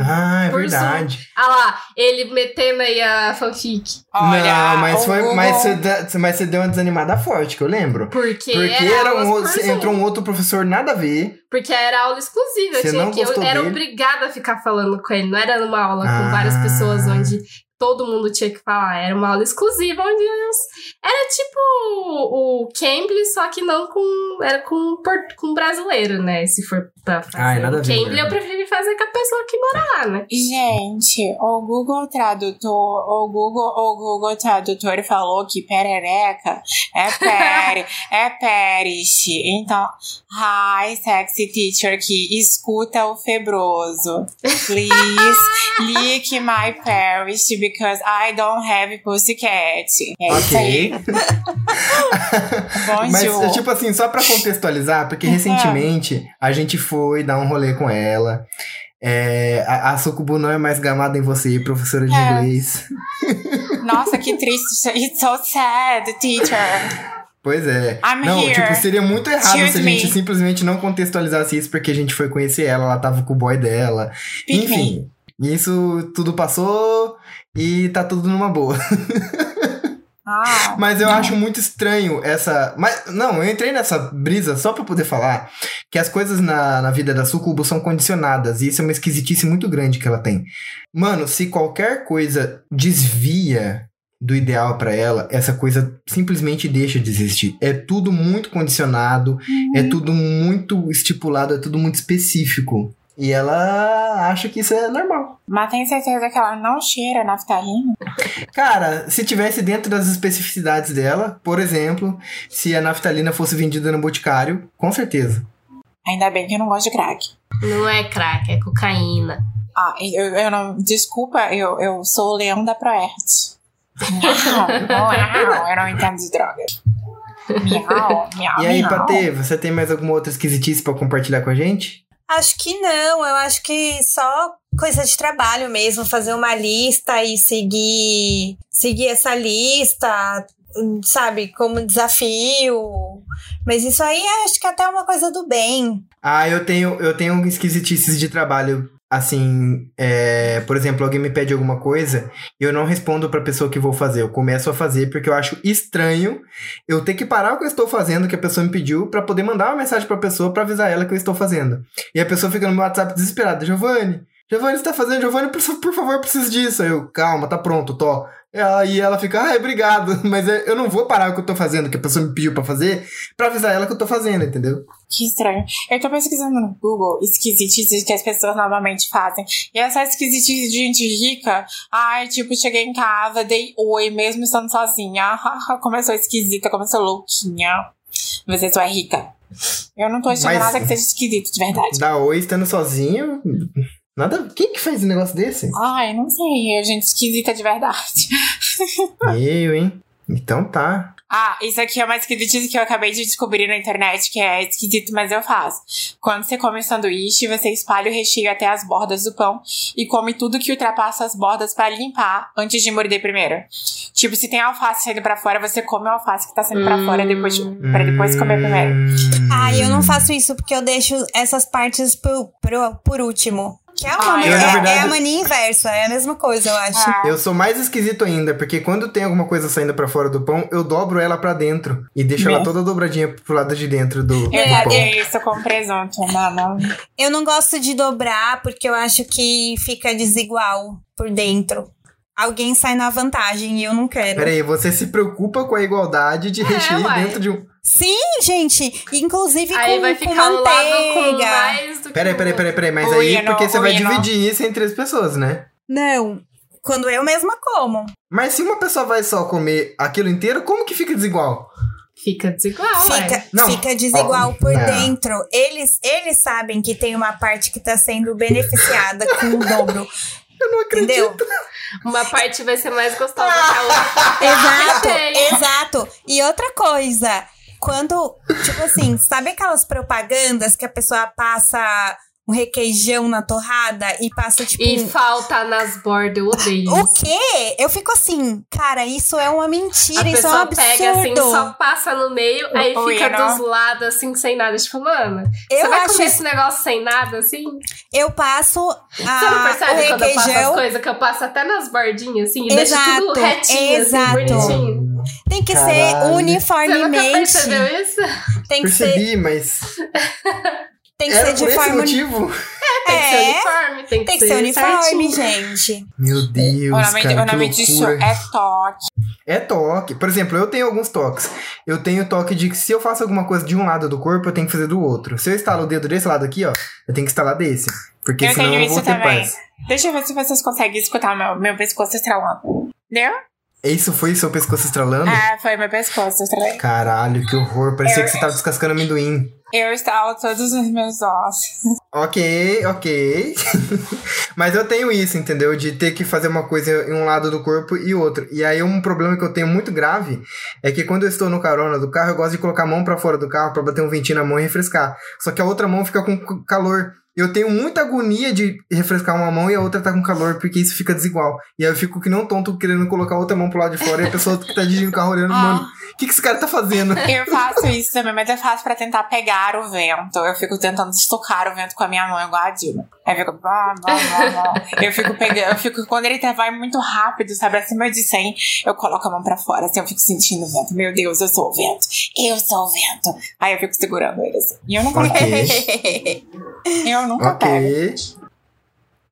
Speaker 2: Ah, é
Speaker 5: Por
Speaker 2: verdade.
Speaker 5: Ah lá, ele metendo aí a fanfic.
Speaker 3: olha,
Speaker 2: não, mas,
Speaker 3: o
Speaker 2: foi,
Speaker 3: Google-
Speaker 2: mas, você, da- mas você deu uma desanimada forte, que eu lembro.
Speaker 5: Porque,
Speaker 2: Porque
Speaker 5: era,
Speaker 2: era
Speaker 5: aulas
Speaker 2: um
Speaker 5: por
Speaker 2: outro, você
Speaker 5: Zoom.
Speaker 2: entrou um outro professor nada a ver.
Speaker 5: Porque era aula exclusiva. Eu,
Speaker 2: Você
Speaker 5: tinha
Speaker 2: não
Speaker 5: que, eu
Speaker 2: gostou
Speaker 5: era
Speaker 2: dele?
Speaker 5: obrigada a ficar falando com ele. Não era numa aula
Speaker 2: Ah.
Speaker 5: com várias pessoas onde todo mundo tinha que falar. Era uma aula exclusiva onde eu- era tipo o o Cambly, só que não com. Era com, por- com brasileiro, né? Se for pra fazer.
Speaker 2: Ai, nada a
Speaker 5: o
Speaker 2: ver,
Speaker 5: Cambly
Speaker 2: né?
Speaker 5: eu preferi fazer com a pessoa que mora lá, né?
Speaker 3: Gente, o Google Tradutor, o Google, o Google Tradutor falou que perereca é pere, é peris. Então, hi, sexy teacher que escuta o febroso. Please, lick my peris because I don't have pussycat. É isso aí.
Speaker 2: Ok.
Speaker 3: Bom
Speaker 2: Mas,
Speaker 3: dia.
Speaker 2: tipo assim, só pra contextualizar, porque recentemente a gente foi dar um rolê com ela. É, a, a Sucubu não é mais gamada em você, professora de
Speaker 3: É.
Speaker 2: inglês.
Speaker 3: Nossa, que triste. It's so sad, teacher.
Speaker 2: Pois é.
Speaker 3: I'm
Speaker 2: não,
Speaker 3: here.
Speaker 2: tipo, seria muito errado
Speaker 3: Choose
Speaker 2: se a gente
Speaker 3: me.
Speaker 2: simplesmente não contextualizasse isso porque a gente foi conhecer ela, ela tava com o boy dela.
Speaker 3: Pick me.
Speaker 2: Enfim, isso tudo passou e tá tudo numa boa.
Speaker 3: Ah,
Speaker 2: Mas eu acho muito estranho essa. Mas, não, eu entrei nessa brisa só pra poder falar que as coisas na, na vida da Sucubo são condicionadas. E isso é uma esquisitice muito grande que ela tem. Mano, se qualquer coisa desvia do ideal pra ela, essa coisa simplesmente deixa de existir. É tudo muito condicionado, é tudo muito estipulado, é tudo muito específico. E ela acha que isso é normal.
Speaker 3: mas tem certeza que ela não cheira naftalina?
Speaker 2: Cara, se tivesse dentro das especificidades dela, por exemplo, se a naftalina fosse vendida no Boticário, com certeza.
Speaker 3: Ainda bem que eu não gosto de crack.
Speaker 5: Não é crack, é cocaína.
Speaker 3: Ah, eu, eu não. Desculpa, eu, eu sou o leão da Proerte. Miau, miau, eu não entendo de droga. Miau, miau.
Speaker 2: E aí,
Speaker 3: miau.
Speaker 2: Patê, você tem mais alguma outra esquisitice pra compartilhar com a gente?
Speaker 4: Acho que não, eu acho que só coisa de trabalho mesmo, fazer uma lista e seguir, seguir essa lista, hum, sabe, como desafio. Mas isso aí acho que é até uma coisa do bem.
Speaker 2: Ah, eu tenho, eu tenho esquisitices de trabalho. Assim, é, por exemplo, alguém me pede alguma coisa e eu não respondo pra pessoa que vou fazer. Eu começo a fazer porque eu acho estranho eu ter que parar o que eu estou fazendo, que a pessoa me pediu, pra poder mandar uma mensagem pra pessoa pra avisar ela que eu estou fazendo. E a pessoa fica no meu WhatsApp desesperada. Giovanni, Giovanni, você tá fazendo? Giovanni, por, por favor, eu preciso disso. Aí eu, calma, tá pronto, tô. Ela, e ela fica, ai, obrigado, mas é- eu não vou parar o que eu tô fazendo, que a pessoa me pediu pra fazer, pra avisar ela que eu tô fazendo, entendeu?
Speaker 3: Que estranho. Eu tô pesquisando no Google esquisitices que as pessoas normalmente fazem. E essa esquisitice de gente rica. Ai, tipo, cheguei em casa, dei oi, mesmo estando sozinha. Começou esquisita, começou louquinha. Você só é rica. Eu não tô achando
Speaker 2: Mas-
Speaker 3: nada que seja esquisito, de verdade.
Speaker 2: Dá oi estando sozinho. Nada. Quem que faz um negócio desse?
Speaker 3: Ai, não sei, é gente esquisita de verdade.
Speaker 2: Eu, hein? Então tá.
Speaker 3: Ah, isso aqui é uma esquisitice que eu acabei de descobrir na internet, que é esquisito, mas eu faço. Quando você come um sanduíche, você espalha o recheio até as bordas do pão e come tudo que ultrapassa as bordas pra limpar antes de morder primeiro. Tipo, se tem alface saindo pra fora, você come a alface que tá saindo pra
Speaker 5: Hum.
Speaker 3: fora depois de, pra
Speaker 2: Hum.
Speaker 3: depois comer primeiro.
Speaker 4: Ah, eu não faço isso porque eu deixo essas partes por, por, por último. Que é, uma,
Speaker 3: Ai,
Speaker 4: é,
Speaker 3: eu, na
Speaker 2: verdade-
Speaker 4: é a mania inversa, é a mesma coisa, eu acho.
Speaker 3: Ah,
Speaker 2: Eu sou mais esquisito ainda, porque quando tem alguma coisa saindo pra fora do pão, eu dobro ela pra dentro e deixo ela
Speaker 3: Bom.
Speaker 2: toda dobradinha pro lado de dentro do, do
Speaker 3: eu
Speaker 2: pão.
Speaker 3: faria isso com presunto, mano.
Speaker 4: Eu não gosto de dobrar porque eu acho que fica desigual por dentro. Alguém sai na vantagem e eu não quero.
Speaker 2: Peraí, você se preocupa com a igualdade de
Speaker 5: É,
Speaker 2: recheio
Speaker 5: uai.
Speaker 2: dentro de um.
Speaker 4: Sim, gente. Inclusive
Speaker 5: Aí
Speaker 4: com,
Speaker 5: vai
Speaker 4: com
Speaker 5: ficar o lado com
Speaker 4: manteiga.
Speaker 5: mais do que. um
Speaker 2: Peraí,
Speaker 5: o
Speaker 2: peraí,
Speaker 5: outro.
Speaker 2: peraí, peraí, mas
Speaker 3: Ui,
Speaker 2: aí
Speaker 3: eu não,
Speaker 2: porque você vai
Speaker 3: ui, eu não.
Speaker 2: dividir isso entre as pessoas, né?
Speaker 4: Não. Quando eu mesma como.
Speaker 2: Mas se uma pessoa vai só comer aquilo inteiro, como que fica desigual?
Speaker 5: Fica desigual, né? ué.
Speaker 4: Fica,
Speaker 2: Não. é.
Speaker 4: fica desigual por
Speaker 2: não.
Speaker 4: dentro. Eles, eles sabem que tem uma parte que tá sendo beneficiada com o dobro.
Speaker 2: Eu não acredito.
Speaker 4: Entendeu?
Speaker 5: Uma parte vai ser mais gostosa que
Speaker 4: Ah.
Speaker 5: a outra.
Speaker 4: Exato,
Speaker 5: Tem.
Speaker 4: exato. E outra coisa, quando, tipo assim, sabe aquelas propagandas que a pessoa passa um requeijão na torrada e passa, tipo.
Speaker 5: E falta nas bordas, eu odeio
Speaker 4: O
Speaker 5: isso.
Speaker 4: quê? Eu fico assim, cara, isso é uma mentira,
Speaker 5: A
Speaker 4: isso é um
Speaker 5: pessoa
Speaker 4: absurdo.
Speaker 5: pega assim, só passa no meio, aí
Speaker 3: Oi,
Speaker 5: fica
Speaker 3: não.
Speaker 5: dos lados, assim, sem nada. Tipo, mano, você
Speaker 4: eu
Speaker 5: vai
Speaker 4: acho,
Speaker 5: comer esse negócio sem nada, assim?
Speaker 4: eu passo
Speaker 5: Você não
Speaker 4: a, Ah, o
Speaker 5: percebe quando eu passo as
Speaker 4: requeijão.
Speaker 5: coisas que eu passo até nas bordinhas, assim? E deixo tudo
Speaker 4: Exato,
Speaker 5: retinho,
Speaker 4: exato.
Speaker 5: assim,
Speaker 2: Então,
Speaker 5: bonitinho.
Speaker 4: Tem que ser
Speaker 2: Caralho.
Speaker 5: Você nunca
Speaker 4: uniformemente.
Speaker 5: percebeu isso?
Speaker 4: Tem que ser,
Speaker 2: Percebi, mas
Speaker 4: tem que
Speaker 2: era
Speaker 4: ser
Speaker 2: por
Speaker 4: de
Speaker 2: esse
Speaker 4: forma.
Speaker 2: motivo.
Speaker 5: Tem que ser
Speaker 4: É,
Speaker 5: uniforme, tem que
Speaker 4: Tem que ser uniforme, gente.
Speaker 2: Meu Deus,
Speaker 3: o nome,
Speaker 2: cara,
Speaker 3: o
Speaker 2: que
Speaker 3: nome disso
Speaker 2: loucura.
Speaker 3: é toque.
Speaker 2: É toque. Por exemplo, eu tenho alguns toques. Eu tenho toque de que se eu faço alguma coisa de um lado do corpo, eu tenho que fazer do outro. Se eu instalo o dedo desse lado aqui, ó, eu tenho que instalar desse. Porque
Speaker 3: Eu
Speaker 2: senão
Speaker 3: tenho
Speaker 2: eu não vou
Speaker 3: isso
Speaker 2: ter
Speaker 3: também.
Speaker 2: paz.
Speaker 3: Deixa eu ver se vocês conseguem escutar meu, meu pescoço estralando. Deu?
Speaker 2: É Isso foi seu pescoço estralando?
Speaker 3: Ah, foi meu pescoço estralando.
Speaker 2: Caralho, que horror. Parecia
Speaker 3: Eu-
Speaker 2: que você tava descascando amendoim.
Speaker 3: Eu estalo todos os meus ossos.
Speaker 2: Ok, ok. Mas eu tenho isso, entendeu? De ter que fazer uma coisa em um lado do corpo e outro. E aí um problema que eu tenho muito grave é que quando eu estou no carona do carro, eu gosto de colocar a mão pra fora do carro pra bater um ventinho na mão e refrescar. Só que a outra mão fica com c- calor. Eu tenho muita agonia de refrescar uma mão e a outra tá com calor, porque isso fica desigual. E aí eu fico que não tonto querendo colocar a outra mão pro lado de fora e a pessoa que tá dirigindo o carro olhando, mano, o que, que esse cara tá fazendo?
Speaker 3: Eu faço isso também, mas eu faço pra tentar pegar o vento. Eu fico tentando estocar o vento com a minha mão, igual a Dilma. Aí fica. Blá, blá, blá, blá. Eu fico pegando. Eu fico. Quando ele tá- vai muito rápido, sabe? Acima de 100, eu coloco a mão pra fora, assim. Eu fico sentindo o vento. Meu Deus, eu sou o vento. Eu sou o vento. Aí eu fico segurando ele assim. E eu nunca pego.
Speaker 2: ok,
Speaker 3: Eu nunca pego.
Speaker 2: ok.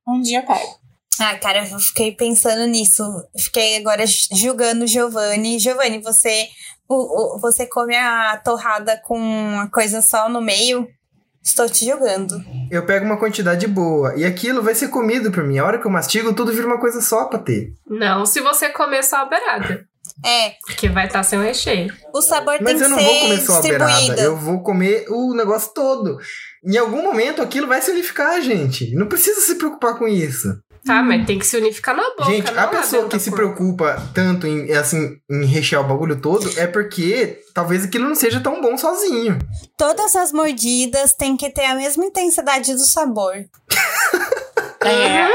Speaker 3: Um dia eu pego.
Speaker 4: Ah, cara, eu fiquei pensando nisso. Fiquei agora ju- julgando o Giovanni. Giovanni, você, o- o- você come a torrada com uma coisa só no meio? Estou te julgando.
Speaker 2: Eu pego uma quantidade boa e aquilo vai ser comido pra mim. A hora que eu mastigo, tudo vira uma coisa só pra ter.
Speaker 5: Não, se você comer só a beirada,
Speaker 4: É,
Speaker 5: porque vai estar sem recheio.
Speaker 4: o sabor tem
Speaker 2: Mas
Speaker 4: que
Speaker 2: eu não
Speaker 4: ser
Speaker 2: vou comer só a beirada,
Speaker 4: distribuído.
Speaker 2: eu vou comer o negócio todo. Em algum momento aquilo vai se unificar, gente. Não precisa se preocupar com isso.
Speaker 3: Hum.
Speaker 5: Tá, mas tem que se unificar na boca,
Speaker 2: gente,
Speaker 4: um
Speaker 5: não
Speaker 2: a
Speaker 5: lá
Speaker 2: pessoa
Speaker 5: dentro
Speaker 2: que
Speaker 5: do
Speaker 2: se
Speaker 5: corpo.
Speaker 2: preocupa tanto em, assim, em rechear o bagulho todo é porque talvez aquilo não seja tão bom sozinho.
Speaker 4: Todas as mordidas têm que ter a mesma intensidade do sabor.
Speaker 3: É.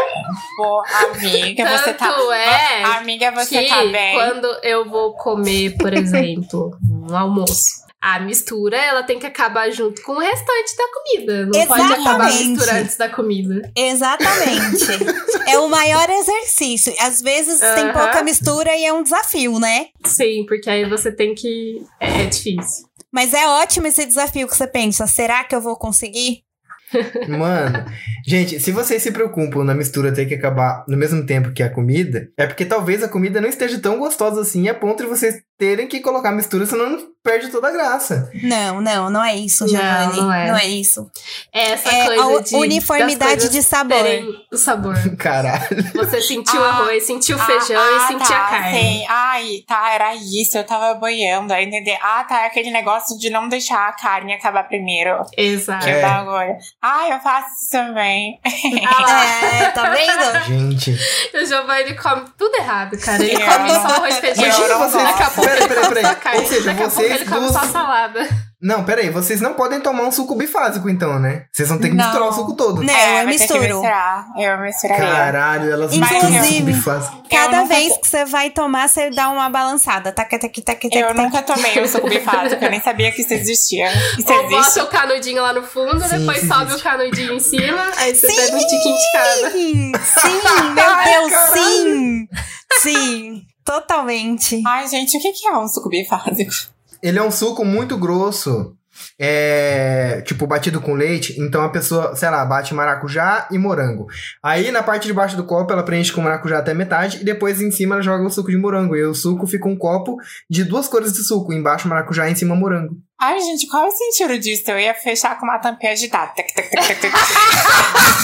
Speaker 3: Pô, amiga, você tá.
Speaker 5: Uhum. Tanto é
Speaker 3: Amiga, você
Speaker 5: que
Speaker 3: tá bem.
Speaker 5: quando eu vou comer, por exemplo, um almoço, a mistura ela tem que acabar junto com o restante da comida. Não pode acabar a
Speaker 4: Exatamente.
Speaker 5: mistura antes da comida.
Speaker 4: Exatamente. é o maior exercício. Às vezes tem
Speaker 5: Aham.
Speaker 4: pouca mistura e é um desafio, né?
Speaker 5: Sim, porque aí você tem que. É, é difícil.
Speaker 4: Mas é ótimo esse desafio que você pensa. Será que eu vou conseguir?
Speaker 2: Mano, gente, se vocês se preocupam na mistura ter que acabar no mesmo tempo que a comida, é porque talvez a comida não esteja tão gostosa assim a ponto de vocês terem que colocar a mistura, senão não perde toda a graça.
Speaker 4: Não, não, não é isso, Giovanni. Não,
Speaker 5: não é.
Speaker 4: é isso.
Speaker 5: É essa
Speaker 4: É a
Speaker 5: coisa
Speaker 4: u-
Speaker 5: de.
Speaker 4: uniformidade de sabor.
Speaker 5: O sabor.
Speaker 2: Caralho.
Speaker 5: Você sentiu o
Speaker 3: Ah,
Speaker 5: arroz, sentiu o feijão e sentia
Speaker 3: tá,
Speaker 5: a carne.
Speaker 3: Sim. Ai, tá, era isso. Eu tava boiando. Aí entender. Ah, tá, é aquele negócio de não deixar a carne acabar primeiro.
Speaker 5: Exato.
Speaker 3: Que
Speaker 2: É.
Speaker 3: bagulho. Ah, eu faço isso também.
Speaker 5: Ah lá,
Speaker 4: É, tá vendo?
Speaker 2: Gente.
Speaker 5: o Giovanni come tudo errado, cara. Ele
Speaker 3: Eu
Speaker 5: come só
Speaker 3: não-
Speaker 5: arroz, feijão.
Speaker 3: Eu
Speaker 2: Imagina
Speaker 3: não
Speaker 2: vocês.
Speaker 3: gosto.
Speaker 5: Daqui a pouco
Speaker 2: Peraí, peraí,
Speaker 5: só
Speaker 2: peraí.
Speaker 5: carne.
Speaker 2: Ou seja,
Speaker 5: Daqui a pouco ele
Speaker 2: vocês
Speaker 5: come
Speaker 2: duas.
Speaker 5: só salada.
Speaker 2: Não, peraí, vocês não podem tomar um suco bifásico, então, né? Vocês vão ter que
Speaker 3: Não.
Speaker 2: misturar o suco todo.
Speaker 5: Né,
Speaker 4: Não,
Speaker 3: é, vai ter
Speaker 4: eu
Speaker 3: que
Speaker 4: misturo.
Speaker 3: misturar. Eu misturaria.
Speaker 2: Caralho, elas
Speaker 4: Mas
Speaker 2: misturam o suco
Speaker 4: eu-
Speaker 2: bifásico.
Speaker 4: Cada
Speaker 3: nunca
Speaker 4: vez
Speaker 3: co-
Speaker 4: que você vai tomar, você dá uma balançada. Taca, taca, taca, taca,
Speaker 3: Eu
Speaker 4: taca.
Speaker 3: nunca tomei o suco bifásico, eu nem sabia que isso existia. Isso
Speaker 5: Ou
Speaker 3: existe?
Speaker 5: bota o canudinho lá no fundo,
Speaker 2: Sim,
Speaker 5: depois
Speaker 2: sim,
Speaker 5: sobe
Speaker 2: sim.
Speaker 5: o canudinho em cima, aí você
Speaker 4: Sim!
Speaker 5: pega um tiquinho de cada.
Speaker 4: Sim, sim, meu Deus, sim. Sim, totalmente.
Speaker 3: Ai, gente, o que que é um suco bifásico?
Speaker 2: Ele é um suco muito grosso. É. Tipo, batido com leite. Então a pessoa, sei lá, bate maracujá e morango. Aí na parte de baixo do copo ela preenche com maracujá até metade. E depois em cima ela joga o suco de morango. E o suco fica um copo de duas cores de suco. Embaixo maracujá e em cima morango.
Speaker 3: Ai, gente, qual é o sentido disso? Eu ia fechar com uma tampinha de data. Tac, tac, tac, tac, tac.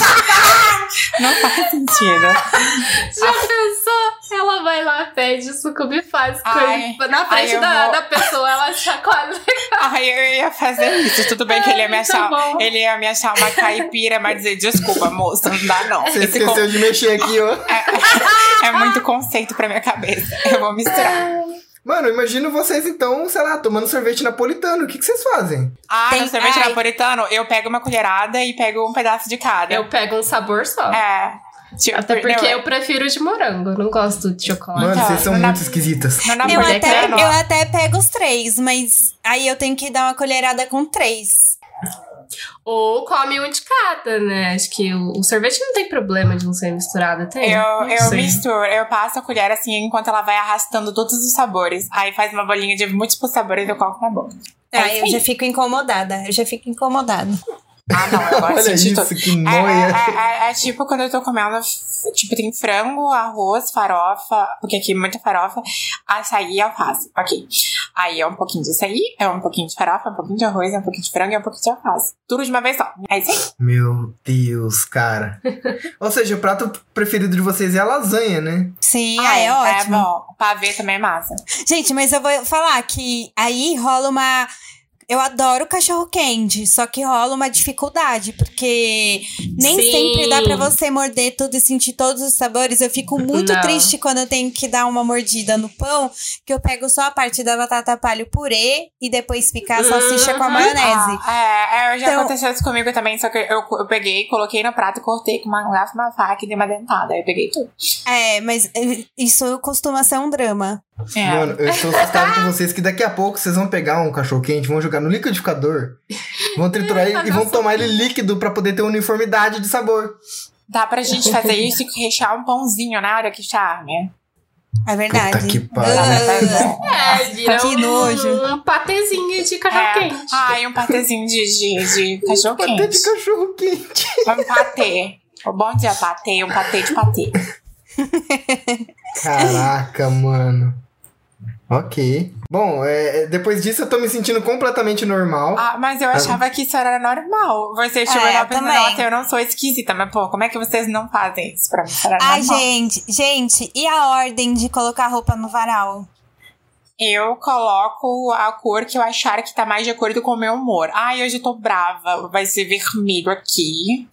Speaker 3: Não faz sentido.
Speaker 5: Já pensou? Ela vai lá, pede suco bifásico
Speaker 3: Ai,
Speaker 5: aí na frente
Speaker 3: ai, eu
Speaker 5: da,
Speaker 3: vou-
Speaker 5: da pessoa, ela chacoalha.
Speaker 3: Ai, eu ia fazer isso. Tudo bem que ele ia me
Speaker 5: Ai, tá
Speaker 3: achar.
Speaker 5: bom.
Speaker 3: Ele ia me achar uma caipira, mas dizer desculpa, moça, não dá não.
Speaker 2: Você
Speaker 3: Esse con-
Speaker 2: esqueceu de mexer aqui, ó.
Speaker 3: é, é muito conceito pra minha cabeça. Eu vou misturar.
Speaker 2: Mano, imagino vocês então, sei lá, tomando sorvete napolitano. O que, que vocês fazem?
Speaker 3: Ah,
Speaker 4: Tem-
Speaker 3: no sorvete
Speaker 4: ai.
Speaker 3: napolitano, eu pego uma colherada e pego um pedaço de cada.
Speaker 5: Eu pego um sabor só.
Speaker 3: É. Tipo,
Speaker 5: Até
Speaker 3: não,
Speaker 5: porque eu é. prefiro de morango, eu não gosto de chocolate.
Speaker 2: Mano,
Speaker 3: Então,
Speaker 2: vocês são
Speaker 3: na-
Speaker 2: muito esquisitas.
Speaker 3: no
Speaker 4: Eu
Speaker 5: Mas é
Speaker 4: até,
Speaker 3: napolitano,
Speaker 4: eu até pego os três, mas aí eu tenho que dar uma colherada com três.
Speaker 5: Ou come um de cada, né? Acho que o, o sorvete não tem problema de não ser misturado, tem?
Speaker 3: Eu,
Speaker 5: Não
Speaker 3: eu
Speaker 5: sei.
Speaker 3: misturo, eu passo a colher assim enquanto ela vai arrastando todos os sabores. Aí faz uma bolinha de múltiplos sabores e eu coloco na boca. É
Speaker 4: Aí eu
Speaker 3: isso
Speaker 4: já fico incomodada, eu já fico incomodada.
Speaker 3: Ah, não, eu gosto
Speaker 2: Olha
Speaker 3: de
Speaker 2: isso,
Speaker 3: tudo.
Speaker 2: que
Speaker 3: É,
Speaker 2: noia.
Speaker 3: é, é, é, é tipo quando eu tô comendo, f- tipo, tem frango, arroz, farofa, porque aqui é muita farofa, açaí e alface. Ok. Aí é um pouquinho de açaí, é um pouquinho de farofa, é um pouquinho de arroz, é um pouquinho de frango e é um pouquinho de alface. Tudo de uma vez só. É isso aí.
Speaker 2: Meu Deus, cara. Ou seja, o prato preferido de vocês é a lasanha, né?
Speaker 4: Sim,
Speaker 5: Ah,
Speaker 4: aí é
Speaker 3: é
Speaker 4: ótimo.
Speaker 3: bom. Pavê também é massa.
Speaker 4: Gente, mas eu vou falar que aí rola uma. Eu adoro cachorro quente, só que rola uma dificuldade, porque nem
Speaker 5: Sim.
Speaker 4: sempre dá pra você morder tudo e sentir todos os sabores. Eu fico muito
Speaker 5: Não.
Speaker 4: triste quando eu tenho que dar uma mordida no pão, que eu pego só a parte da batata palho purê e depois fica a salsicha com a
Speaker 5: Uhum.
Speaker 4: maionese.
Speaker 3: Ah, é, é, já
Speaker 4: Então-
Speaker 3: aconteceu isso comigo também, só que eu, eu peguei, coloquei no prato, cortei com uma garrafa, uma faca e dei uma dentada. Aí eu peguei tudo.
Speaker 4: É, mas eh, isso costuma ser um drama.
Speaker 3: É.
Speaker 2: Mano, eu estou assustado com vocês que daqui a pouco vocês vão pegar um cachorro quente, vão jogar no liquidificador, vão triturar ele e vão tomar ele líquido pra poder ter uniformidade de sabor.
Speaker 3: Dá pra gente fazer isso e rechear um pãozinho na hora que charme.
Speaker 4: É verdade.
Speaker 2: que
Speaker 5: Tá
Speaker 2: pariu.
Speaker 4: Ah,
Speaker 5: É, vira
Speaker 4: Que
Speaker 5: um,
Speaker 4: nojo.
Speaker 5: um patezinho de
Speaker 3: É.
Speaker 5: cachorro-quente.
Speaker 2: Ah,
Speaker 3: Ai, um patezinho de, de, Um de cachorro
Speaker 2: Patê de
Speaker 3: quente.
Speaker 2: cachorro quente.
Speaker 3: Um patê. O bom dia patê, um patê de patê.
Speaker 2: Caraca, mano. Ok. Bom, é, é, depois disso eu tô me sentindo completamente normal.
Speaker 3: Ah, mas eu achava que isso era normal. Vocês
Speaker 4: É,
Speaker 3: tinham é, pensando,
Speaker 4: também.
Speaker 3: nossa, eu não sou esquisita, mas pô, como é que vocês não fazem isso pra mim? Isso era
Speaker 4: ah. Ai,
Speaker 3: normal.
Speaker 4: gente, gente, e a ordem de colocar roupa no varal?
Speaker 3: Eu coloco a cor que eu achar que tá mais de acordo com o meu humor. Ai, hoje eu tô brava, vai ser vermelho aqui.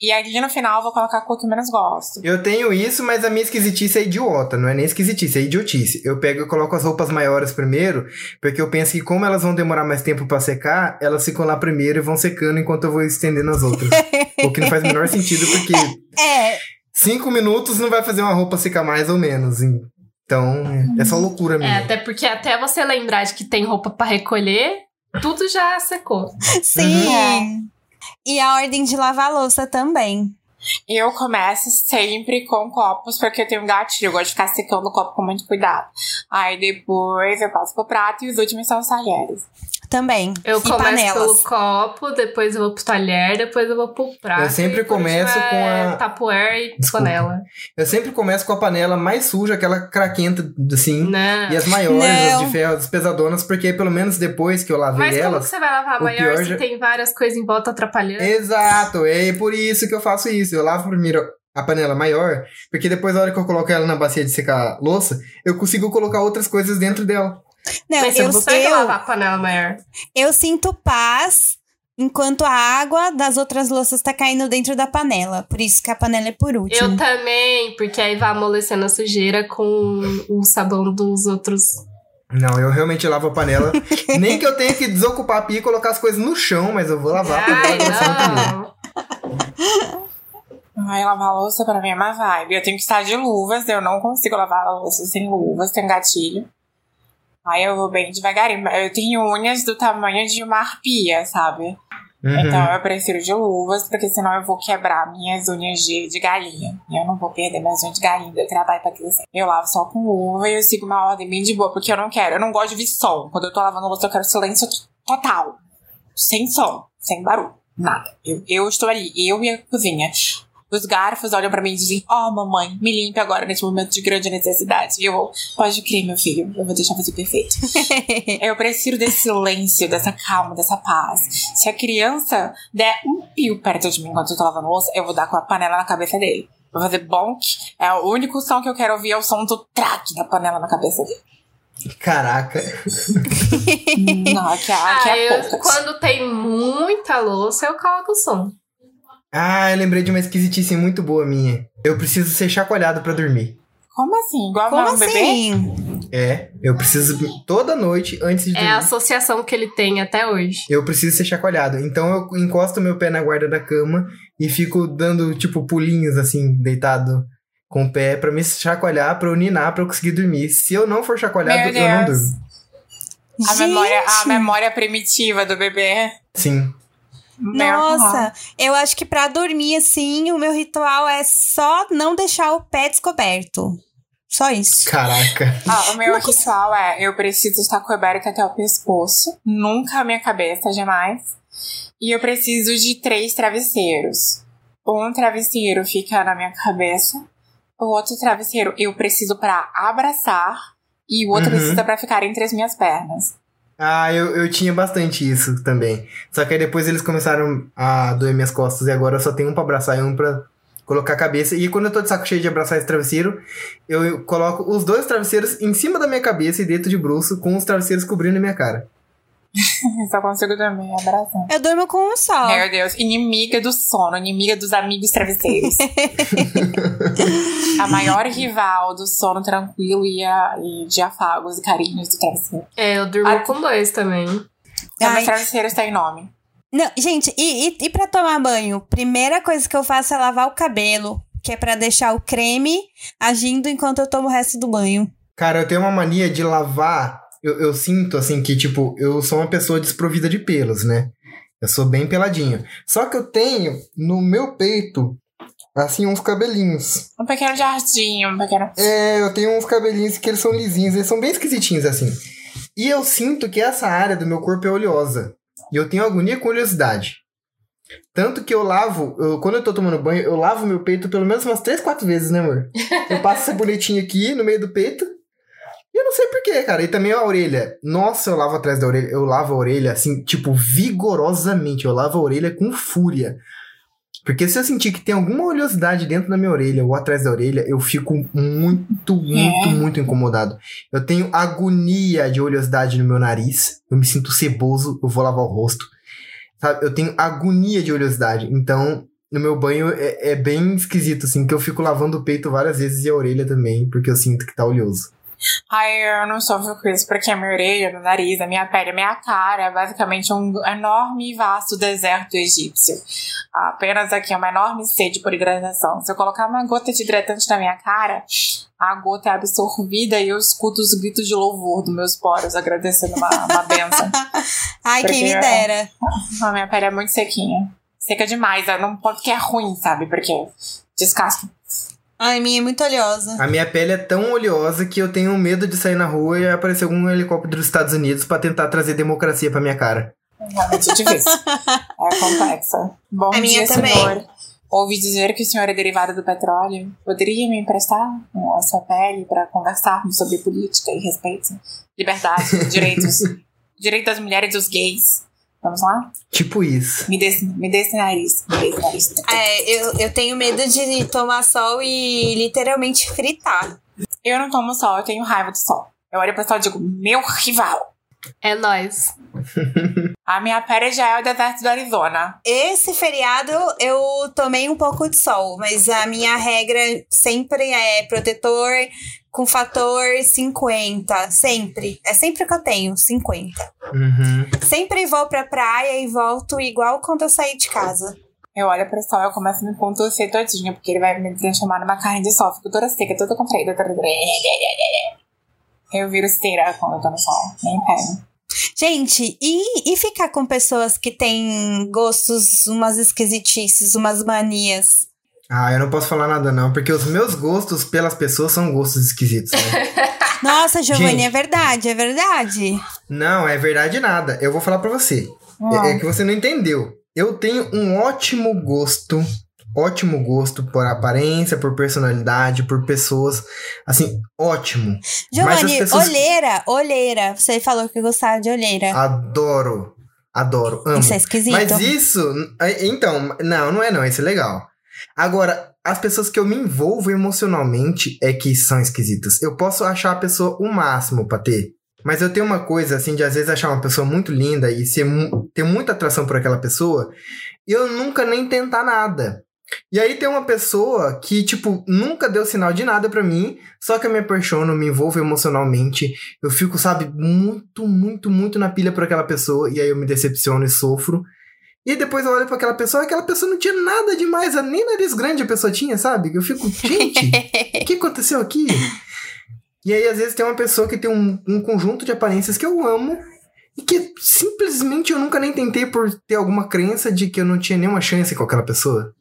Speaker 3: E aqui no final eu vou colocar a cor que eu menos gosto.
Speaker 2: Eu tenho isso, mas a minha esquisitice é idiota, não é nem esquisitice, é idiotice. Eu pego e coloco as roupas maiores primeiro, porque eu penso que como elas vão demorar mais tempo pra secar, elas ficam lá primeiro e vão secando enquanto eu vou estendendo as outras. o que não faz o menor sentido, porque
Speaker 4: É,
Speaker 2: cinco minutos não vai fazer uma roupa secar mais ou menos. Então, é só loucura
Speaker 5: É,
Speaker 2: mesmo.
Speaker 5: até porque até você lembrar de que tem roupa pra recolher, tudo já secou.
Speaker 4: Sim.
Speaker 5: Uhum.
Speaker 2: Uhum.
Speaker 5: É.
Speaker 4: E a ordem de lavar a louça também.
Speaker 3: Eu começo sempre com copos, porque eu tenho um gatilho, eu gosto de ficar secando o copo com muito cuidado. Aí depois eu passo pro prato e os últimos são os talheres.
Speaker 4: também.
Speaker 5: Eu
Speaker 4: e
Speaker 5: começo
Speaker 4: panelas.
Speaker 5: pelo copo, depois eu vou pro talher, depois eu vou pro prato.
Speaker 2: Eu sempre
Speaker 5: e por último
Speaker 2: começo com
Speaker 5: é
Speaker 2: a-
Speaker 5: Tupperware e
Speaker 2: Desculpa.
Speaker 5: panela.
Speaker 2: Eu sempre começo com a panela mais suja, aquela craquenta, assim.
Speaker 5: Não.
Speaker 2: E as maiores, as
Speaker 4: Não.
Speaker 2: de ferro, as pesadonas, porque aí pelo menos depois que eu lavei
Speaker 5: Mas como que
Speaker 2: elas.
Speaker 5: você vai lavar
Speaker 2: o
Speaker 5: maior
Speaker 2: pior
Speaker 5: se
Speaker 2: já-
Speaker 5: tem várias coisas em volta atrapalhando?
Speaker 2: Exato, é por isso que eu faço isso. Eu lavo primeiro a panela maior, porque depois, na hora que eu coloco ela na bacia de secar a louça, eu consigo colocar outras coisas dentro dela.
Speaker 4: Não,
Speaker 5: Mas você
Speaker 4: eu,
Speaker 5: não consegue
Speaker 4: eu,
Speaker 5: lavar a panela maior.
Speaker 4: eu sinto paz enquanto a água das outras louças tá caindo dentro da panela. Por isso que a panela é por
Speaker 5: Eu
Speaker 4: último.
Speaker 5: também, porque aí vai amolecendo a sujeira com o sabão dos outros.
Speaker 2: Não, eu realmente lavo a panela. Nem que eu tenha que desocupar a pia e colocar as coisas no chão, mas eu vou lavar. porque eu
Speaker 5: Ai,
Speaker 2: tô pensando primeiro.
Speaker 5: não.
Speaker 3: Vai lavar a louça pra mim é uma vibe. Eu tenho que estar de luvas, eu não consigo lavar a louça sem luvas, sem gatilho. Aí eu vou bem devagarinho. Eu tenho unhas do tamanho de uma arpia, sabe?
Speaker 2: Uhum.
Speaker 3: Então eu prefiro de luvas, porque senão eu vou quebrar minhas unhas de, de galinha. E eu não vou perder minhas unhas de galinha, eu trabalho pra crescer. Eu lavo só com luva e eu sigo uma ordem bem de boa, porque eu não quero. Eu não gosto de vir som. Quando eu tô lavando louça, eu quero silêncio t- total. Sem som, sem barulho, nada. Eu, eu estou ali, eu e a cozinha. Os garfos olham pra mim e dizem: Ó, mamãe, me limpe agora nesse momento de grande necessidade. E eu, pode crer, meu filho, eu vou deixar você perfeito. Eu preciso desse silêncio, dessa calma, dessa paz. Se a criança der um pio perto de mim enquanto eu tô lavando louça, eu vou dar com a panela na cabeça dele. Vou fazer bonk. É o único som que eu quero ouvir é o som do traque da panela na cabeça dele.
Speaker 2: Caraca.
Speaker 3: Não, aqui é, aqui
Speaker 4: Ah,
Speaker 5: Aí
Speaker 3: é
Speaker 5: Ah, eu-
Speaker 3: poucas.
Speaker 5: quando tem muita louça, eu coloco o som.
Speaker 2: Ah, eu lembrei de uma esquisitice muito boa minha. Eu preciso ser chacoalhado pra dormir.
Speaker 3: Como assim? Igual
Speaker 4: Como
Speaker 3: a um bebê?
Speaker 4: assim?
Speaker 2: É, eu preciso toda noite antes de
Speaker 5: É
Speaker 2: dormir.
Speaker 5: a associação que ele tem até hoje.
Speaker 2: Eu preciso ser chacoalhado. Então eu encosto meu pé na guarda da cama e fico dando tipo pulinhos assim, deitado com o pé pra me chacoalhar, pra eu ninar, pra eu conseguir dormir. Se eu não for chacoalhado,
Speaker 3: Meu
Speaker 2: eu não
Speaker 3: Deus.
Speaker 2: durmo.
Speaker 3: A
Speaker 4: Gente,
Speaker 3: memória, a memória primitiva do bebê.
Speaker 2: Sim.
Speaker 4: Nossa, eu acho que pra dormir assim, o meu ritual é só não deixar o pé descoberto. Só isso.
Speaker 2: Caraca.
Speaker 3: Ah, o meu ritual é: eu preciso estar coberta até o pescoço, nunca a minha cabeça, jamais. E eu preciso de três travesseiros. Um travesseiro fica na minha cabeça, o outro travesseiro eu preciso pra abraçar, e o outro
Speaker 2: Uhum.
Speaker 3: precisa pra ficar entre as minhas pernas.
Speaker 2: Ah, eu, eu tinha bastante isso também. Só que aí depois eles começaram a doer minhas costas e agora eu só tenho um pra abraçar e um pra colocar a cabeça. E quando eu tô de saco cheio de abraçar esse travesseiro, eu, eu coloco os dois travesseiros em cima da minha cabeça e deito de bruxo com os travesseiros cobrindo a minha cara.
Speaker 3: Eu só consigo dormir abraçando.
Speaker 4: Eu durmo com um só.
Speaker 3: Meu Deus, inimiga do sono, inimiga dos amigos travesseiros. a maior rival do sono tranquilo e, a, e de afagos e carinhos do travesseiro.
Speaker 5: É, eu durmo
Speaker 3: Ah.
Speaker 5: com dois também.
Speaker 3: É,
Speaker 4: Ai.
Speaker 3: mas travesseiros tem nome.
Speaker 4: Não, gente, e, e, e pra tomar banho? Primeira coisa que eu faço é lavar o cabelo, que é pra deixar o creme agindo enquanto eu tomo o resto do banho.
Speaker 2: Cara, eu tenho uma mania de lavar. Eu, eu sinto, assim, que, tipo, eu sou uma pessoa desprovida de pelos, né? Eu sou bem peladinho. Só que eu tenho no meu peito, assim, uns cabelinhos.
Speaker 3: Um pequeno jardim, um pequeno.
Speaker 2: É, eu tenho uns cabelinhos que eles são lisinhos, eles são bem esquisitinhos, assim. E eu sinto que essa área do meu corpo é oleosa. E eu tenho agonia com oleosidade. Tanto que eu lavo, eu- quando eu tô tomando banho, eu lavo meu peito pelo menos umas três, quatro vezes, né, amor? Eu passo esse bonitinho aqui no meio do peito. E eu não sei porquê, cara. E também a orelha. Nossa, eu lavo atrás da orelha. Eu lavo a orelha, assim, tipo, vigorosamente. Eu lavo a orelha com fúria. Porque se eu sentir que tem alguma oleosidade dentro da minha orelha ou atrás da orelha, eu fico muito, muito, muito incomodado. Eu tenho agonia de oleosidade no meu nariz. Eu me sinto ceboso, eu vou lavar o rosto. Sabe? Eu tenho agonia de oleosidade. Então, no meu banho é, é bem esquisito, assim, que eu fico lavando o peito várias vezes e a orelha também, porque eu sinto que tá oleoso.
Speaker 3: Ai, eu não sofro com isso, porque a minha orelha, meu nariz, a minha pele, a minha cara é basicamente um enorme e vasto deserto egípcio. Apenas aqui é uma enorme sede por hidratação. Se eu colocar uma gota de hidratante na minha cara, a gota é absorvida e eu escuto os gritos de louvor dos meus poros agradecendo uma, uma benção.
Speaker 4: Ai,
Speaker 3: Pra
Speaker 4: quem
Speaker 3: quem
Speaker 4: me
Speaker 3: é?
Speaker 4: dera.
Speaker 3: A minha pele é muito sequinha. Seca demais, é num ponto que é ruim, sabe? Porque descasca.
Speaker 4: Ai, minha é muito oleosa.
Speaker 2: A minha pele é tão oleosa que eu tenho medo de sair na rua e aparecer algum helicóptero dos Estados Unidos pra tentar trazer democracia pra minha cara.
Speaker 3: Realmente difícil. É complexa. Bom
Speaker 4: A minha
Speaker 3: dia,
Speaker 4: também.
Speaker 3: senhor. Ouvi dizer que o senhor é derivado do petróleo. Poderia me emprestar a sua pele para conversarmos sobre política e respeito, liberdade, direitos, direito das mulheres e dos gays. Vamos lá?
Speaker 2: Tipo isso.
Speaker 3: Me dê, me dê esse nariz. Me dê esse nariz.
Speaker 4: É, eu, eu tenho medo de tomar sol e literalmente fritar.
Speaker 3: Eu não tomo sol, eu tenho raiva do sol. Eu olho pro sol e digo, meu rival.
Speaker 5: É nóis.
Speaker 3: A minha pele já é o deserto do Arizona.
Speaker 4: Esse feriado eu tomei um pouco de sol, mas a minha regra sempre é protetor com fator 50. Sempre. É sempre que eu tenho, 50.
Speaker 2: Uhum.
Speaker 4: Sempre vou pra praia e volto igual quando eu saí de casa.
Speaker 3: Eu olho pro sol e eu começo a me contorcer todinha, porque ele vai me transformar numa carne de sol. Fico toda seca, toda contraída. toda- Eu viro esteira quando eu tô no sol. Nem pego.
Speaker 4: Gente, e, e ficar com pessoas que têm gostos, umas esquisitices, umas manias?
Speaker 2: Ah, eu não posso falar nada não, porque os meus gostos pelas pessoas são gostos esquisitos. Né?
Speaker 4: Nossa, Giovanni,
Speaker 2: Gente.
Speaker 4: é verdade, é verdade.
Speaker 2: não, é verdade nada. Eu vou falar pra você.
Speaker 3: Hum,
Speaker 2: É, é que você não entendeu. Eu tenho um ótimo gosto, ótimo gosto por aparência, por personalidade, por pessoas, assim, ótimo.
Speaker 4: Giovanni,
Speaker 2: as pessoas-
Speaker 4: olheira, olheira. Você falou que gostava de olheira.
Speaker 2: Adoro, adoro, amo.
Speaker 4: Isso é esquisito.
Speaker 2: Mas isso, é, então, não, não é não, isso é legal. Agora, as pessoas que eu me envolvo emocionalmente é que são esquisitas. Eu posso achar a pessoa o máximo pra ter. Mas eu tenho uma coisa, assim, de às vezes achar uma pessoa muito linda e ser mu- ter muita atração por aquela pessoa e eu nunca nem tentar nada. E aí tem uma pessoa que, tipo, nunca deu sinal de nada pra mim, só que eu me apaixono, me envolvo emocionalmente eu fico, sabe, muito, muito, muito na pilha por aquela pessoa. E aí eu me decepciono e sofro. E depois eu olho pra aquela pessoa, aquela pessoa não tinha nada demais, nem nariz grande a pessoa tinha, sabe? Eu fico, gente, o que aconteceu aqui? E aí, às vezes, tem uma pessoa que tem um, um conjunto de aparências que eu amo e que simplesmente eu nunca nem tentei por ter alguma crença de que eu não tinha nenhuma chance com aquela pessoa.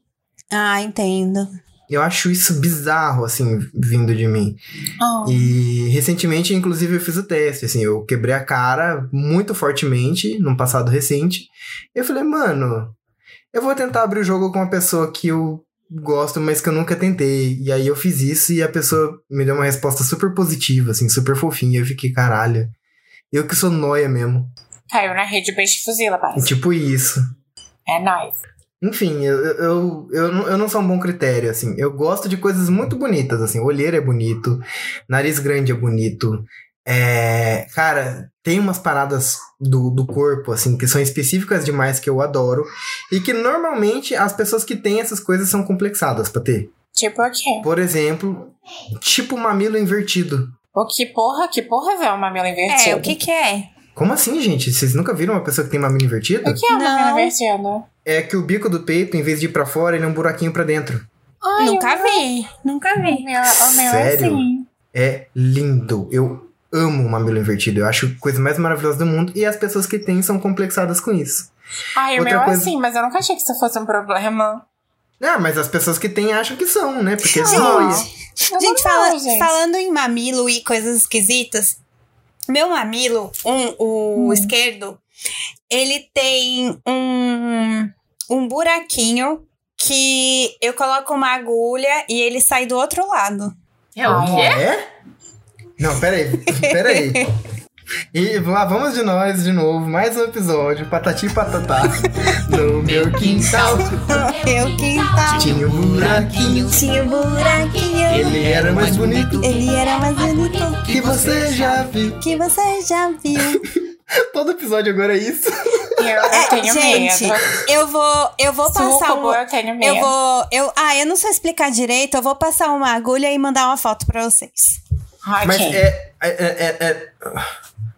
Speaker 4: Ah, entendo.
Speaker 2: Eu acho isso bizarro, assim, vindo de mim.
Speaker 3: hum.
Speaker 2: E recentemente, inclusive, eu fiz o teste, assim, eu quebrei a cara muito fortemente num passado recente. Eu falei, mano, eu vou tentar abrir o jogo com uma pessoa que eu gosto, mas que eu nunca tentei. E aí eu fiz isso e a pessoa me deu uma resposta super positiva, assim, super fofinha. Eu fiquei, caralho. Eu que sou noia mesmo.
Speaker 3: Caiu na rede o peixe fuzila,
Speaker 2: E
Speaker 3: parece.
Speaker 2: tipo isso.
Speaker 3: É nóis.
Speaker 2: Enfim, eu, eu, eu, eu não- eu não sou um bom critério, assim. Eu gosto de coisas muito bonitas, assim. Olheira é bonito, nariz grande é bonito. É, cara, tem umas paradas do, do corpo, assim, que são específicas demais que eu adoro. E que normalmente as pessoas que têm essas coisas são complexadas pra ter.
Speaker 3: Tipo o quê?
Speaker 2: Por exemplo, tipo mamilo invertido.
Speaker 3: O que porra? Que porra é o mamilo invertido?
Speaker 4: É, o que que é?
Speaker 2: Como assim, gente? Vocês nunca viram uma pessoa que tem mamilo invertido?
Speaker 3: O que é o mamilo
Speaker 4: Não.
Speaker 3: invertido?
Speaker 2: É que o bico do peito, em vez de ir pra fora, ele é um buraquinho pra dentro.
Speaker 3: Ai,
Speaker 4: Nunca
Speaker 3: o
Speaker 4: vi, nunca
Speaker 3: meu-
Speaker 4: vi.
Speaker 3: O meu, o meu é
Speaker 2: Sério?
Speaker 3: assim.
Speaker 2: é lindo. Eu amo o mamilo invertido. Eu acho a coisa mais maravilhosa do mundo. E as pessoas que têm são complexadas com isso.
Speaker 3: Ai, o
Speaker 2: Outra
Speaker 3: meu é
Speaker 2: coisa-
Speaker 3: assim, mas eu nunca achei que isso fosse um problema. Ah,
Speaker 2: Ah, mas as pessoas que têm acham que são, né? Porque
Speaker 4: Gente,
Speaker 2: são.
Speaker 3: Eu
Speaker 4: Gente,
Speaker 3: não,
Speaker 4: fala-
Speaker 3: gente.
Speaker 4: falando em mamilo e coisas esquisitas, meu mamilo, um, o
Speaker 3: Hum.
Speaker 4: esquerdo, ele tem um, um buraquinho que eu coloco uma agulha e ele sai do outro lado.
Speaker 5: É o
Speaker 3: Ai,
Speaker 5: quê?
Speaker 2: É? Não, peraí. Peraí. E lá vamos de nós de novo, mais um episódio, patati e patatá, no meu quintal.
Speaker 4: Eu quintal.
Speaker 2: Tinha um buraquinho,
Speaker 4: Tinha um buraquinho,
Speaker 2: ele era mais bonito
Speaker 4: ele era mais bonito
Speaker 2: que você já viu.
Speaker 4: que você já viu.
Speaker 2: Todo episódio agora é isso.
Speaker 3: Eu, eu tenho
Speaker 4: É, gente,
Speaker 3: medo.
Speaker 4: Eu vou, eu vou passar
Speaker 3: Sucubo,
Speaker 4: um,
Speaker 3: eu tenho medo.
Speaker 4: Eu vou. Eu, ah, eu não sei explicar direito. Eu vou passar uma agulha e mandar uma foto pra vocês.
Speaker 3: Ai,
Speaker 2: Mas
Speaker 3: gente.
Speaker 2: é, é, é, é-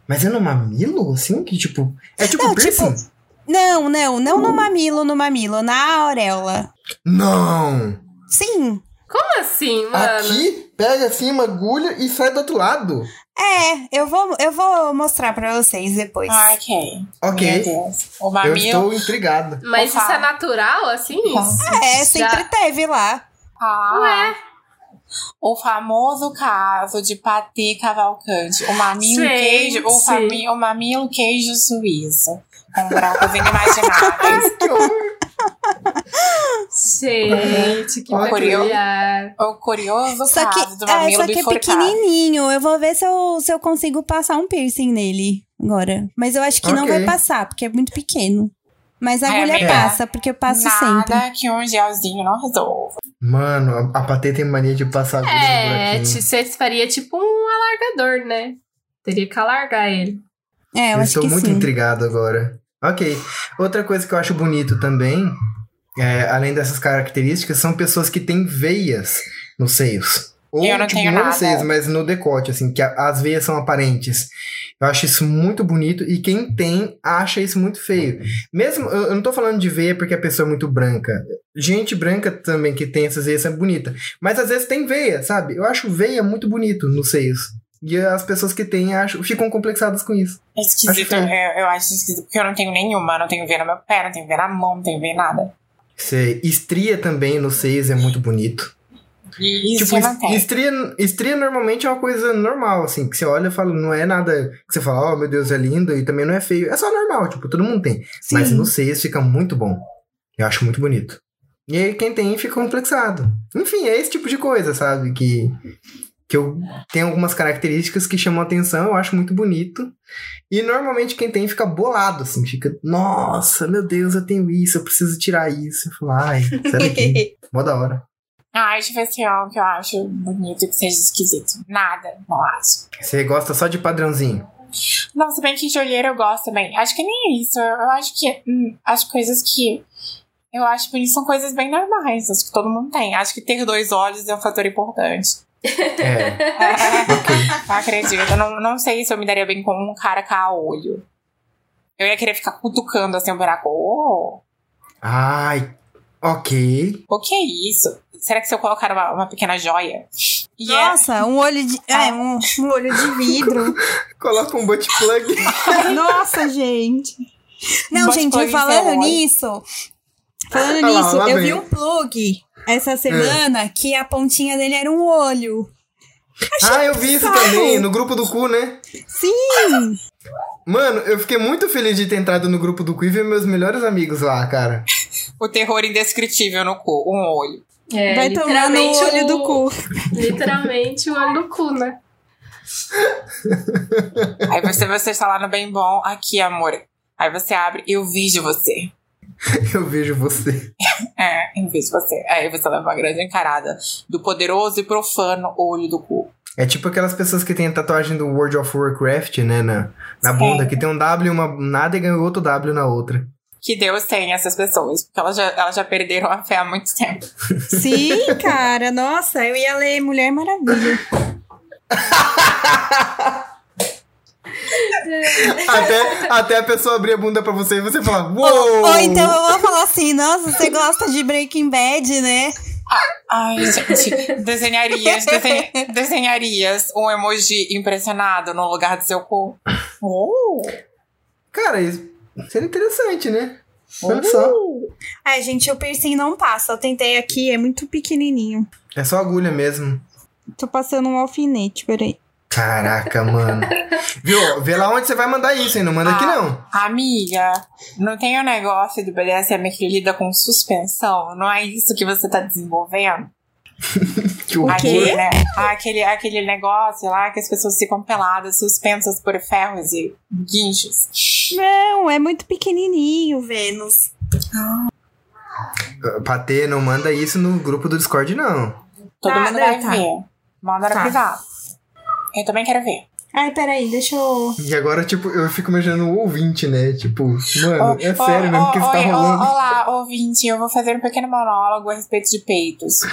Speaker 2: Mas é no mamilo, assim? Que tipo. É tipo
Speaker 4: Não,
Speaker 2: piercing?
Speaker 4: Não, não, não no mamilo, no mamilo, na auréola.
Speaker 2: Não!
Speaker 4: Sim,
Speaker 5: Como assim, mano?
Speaker 2: Aqui, pega assim uma agulha e sai do outro lado.
Speaker 4: é. Eu vou, eu vou mostrar pra vocês depois.
Speaker 3: Ah, Ok. Meu
Speaker 2: Ok.
Speaker 3: Deus. O
Speaker 2: Eu
Speaker 3: mamilo.
Speaker 2: estou intrigada.
Speaker 5: Mas
Speaker 3: Opa.
Speaker 5: isso é natural, assim?
Speaker 3: Opa.
Speaker 4: é, sempre
Speaker 5: Já-
Speaker 4: teve lá.
Speaker 3: Ah,
Speaker 5: Ué.
Speaker 3: O famoso caso de Pati Cavalcante, o mamilo
Speaker 5: Gente.
Speaker 3: queijo, o, fami, o mamilo queijo suíço, com um buracos inimagináveis.
Speaker 5: Gente, que
Speaker 2: Olha.
Speaker 5: peculiar.
Speaker 3: o curioso
Speaker 4: Só que,
Speaker 3: caso do
Speaker 4: é,
Speaker 3: mamilo
Speaker 4: só que é
Speaker 3: bifurcado.
Speaker 4: pequenininho. Eu vou ver se eu, se eu consigo passar um piercing nele agora. Mas eu acho que não
Speaker 2: Ok.
Speaker 4: vai passar, porque é muito pequeno. Mas a
Speaker 3: É,
Speaker 4: agulha
Speaker 3: amiga.
Speaker 4: passa, porque eu passo sempre.
Speaker 3: Nada que um gelzinho não resolva.
Speaker 2: Mano, a, a Patê tem mania de passar agulha né? no
Speaker 5: É,
Speaker 2: buraquinho.
Speaker 5: ti- você faria tipo um alargador, né? Teria que alargar ele.
Speaker 4: É, eu acho
Speaker 2: estou
Speaker 4: que
Speaker 2: muito
Speaker 4: sim.
Speaker 2: intrigado agora. Ok. Outra coisa que eu acho bonito também, é, além dessas características, são pessoas que têm veias nos seios. Ou,
Speaker 3: Eu não
Speaker 2: tipo,
Speaker 3: tenho
Speaker 2: não
Speaker 3: nada.
Speaker 2: nos seios, mas no decote, assim, que a- as veias são aparentes. Eu acho isso muito bonito e quem tem acha isso muito feio. Mesmo, eu eu não tô falando de veia porque a pessoa é muito branca. Gente branca também que tem essas veias é bonita. Mas às vezes tem veia, sabe? Eu acho veia muito bonito nos seios. E as pessoas que têm acham, ficam complexadas com isso.
Speaker 3: É Esquisito,
Speaker 2: Acho que
Speaker 3: eu, eu acho esquisito, porque eu não tenho nenhuma, não tenho ver no meu pé, não tenho ver na mão, não tenho ver nada.
Speaker 2: Sei. Estria também nos seios é muito bonito.
Speaker 3: E isso
Speaker 2: tipo,
Speaker 3: eu não
Speaker 2: es-
Speaker 3: tenho.
Speaker 2: estria, estria normalmente é uma coisa normal, assim, que você olha e fala, não é nada que você fala, oh meu Deus, é lindo, e também não é feio. É só normal, tipo, todo mundo tem.
Speaker 4: Sim.
Speaker 2: Mas nos seios fica muito bom. Eu acho muito bonito. E aí quem tem fica complexado. Enfim, é esse tipo de coisa, sabe? Que, que eu tenho algumas características que chamam atenção, eu acho muito bonito. E normalmente quem tem fica bolado, assim, fica, nossa, meu Deus, eu tenho isso, eu preciso tirar isso. Eu falo, ai, sai daqui, mó da hora.
Speaker 3: Ah, deixa eu ver se é algo que eu acho bonito e que seja esquisito. Nada, não acho.
Speaker 2: Você gosta só de padrãozinho.
Speaker 3: Não, se bem que de olheiro eu gosto também. Acho que nem é isso. Eu acho que hum, as coisas que eu acho bonitas são coisas bem normais. Acho que todo mundo tem. Acho que ter dois olhos é um fator importante.
Speaker 2: É, ok.
Speaker 3: não acredito. Eu não, não sei se eu me daria bem com um cara com a olho. Eu ia querer ficar cutucando assim o buraco. Oh,
Speaker 2: Ai, ok.
Speaker 3: o que é isso? Será que se eu colocar uma, uma pequena joia? E é-
Speaker 4: Nossa, um olho de. É, um, um olho de vidro.
Speaker 2: Coloca um butt plug.
Speaker 4: Nossa, gente. Não,
Speaker 3: Bate
Speaker 4: gente,
Speaker 3: plug em
Speaker 4: falando
Speaker 3: seu olho.
Speaker 4: nisso. Falando
Speaker 2: Ah lá,
Speaker 4: nisso,
Speaker 2: lá
Speaker 4: eu
Speaker 2: vem.
Speaker 4: vi um plug essa semana que a pontinha dele era um olho.
Speaker 2: Ah, eu vi isso
Speaker 4: Sabe?
Speaker 2: também, no grupo do cu, né?
Speaker 4: Sim!
Speaker 2: Mano, eu fiquei muito feliz de ter entrado no grupo do Quiver e ver meus melhores amigos lá, cara.
Speaker 3: o terror indescritível no cu, um olho.
Speaker 5: É,
Speaker 4: Vai tomar no
Speaker 5: literalmente
Speaker 4: olho
Speaker 5: o-
Speaker 4: do cu.
Speaker 5: Literalmente o olho do cu, né?
Speaker 3: Aí você, você está lá no bem bom, aqui, amor. Aí você abre, eu vejo você.
Speaker 2: Eu vejo você.
Speaker 3: É, eu vejo você. Aí você leva uma grande encarada do poderoso e profano olho do cu.
Speaker 2: É tipo aquelas pessoas que têm tatuagem do World of Warcraft, né? Na, na
Speaker 3: Sim.
Speaker 2: bunda, que tem um W em uma nádega e outro W na outra.
Speaker 3: Que Deus tem essas pessoas, porque elas já, elas já perderam a fé há muito tempo.
Speaker 4: Sim, cara, nossa, eu ia ler Mulher Maravilha.
Speaker 2: Até, até a pessoa abrir a bunda pra você e você falar, uou!
Speaker 4: Ou, ou então eu vou falar assim, nossa, você gosta de Breaking Bad, né?
Speaker 3: Ai, gente, desenharias, desen- desenharias um emoji impressionado no lugar do seu cu. Oh,
Speaker 2: Cara, isso seria interessante, né? Olha só.
Speaker 4: Ai, É, gente, o piercing não passa. Eu tentei aqui, é muito pequenininho.
Speaker 2: É só agulha mesmo.
Speaker 4: Tô passando um alfinete, peraí.
Speaker 2: Caraca, mano. Viu? Vê lá onde você vai mandar isso, hein? Não manda
Speaker 4: Ah.
Speaker 2: aqui, não.
Speaker 3: Amiga, não tem o negócio do BDSM que lida com suspensão? Não é isso que você tá desenvolvendo?
Speaker 2: Que horror.
Speaker 3: Aquele, né? aquele, aquele negócio lá que as pessoas ficam peladas, suspensas por ferros e guinchos.
Speaker 4: Não, é muito pequenininho, Vênus.
Speaker 2: Patê, não manda isso no grupo do Discord, não.
Speaker 3: Todo
Speaker 4: Tá,
Speaker 3: mundo
Speaker 4: né,
Speaker 3: vai
Speaker 4: tá.
Speaker 3: Ah, ver. Manda na
Speaker 4: Tá.
Speaker 3: privada. Eu também quero ver.
Speaker 4: Ai, peraí, deixa eu.
Speaker 2: E agora, tipo, eu fico imaginando o ouvinte, né? Tipo, mano,
Speaker 3: Ó,
Speaker 2: é
Speaker 3: ó,
Speaker 2: sério mesmo
Speaker 3: ó,
Speaker 2: que isso tá
Speaker 3: oi, ó,
Speaker 2: rolando.
Speaker 3: Olá, ouvinte, eu vou fazer um pequeno monólogo a respeito de peitos.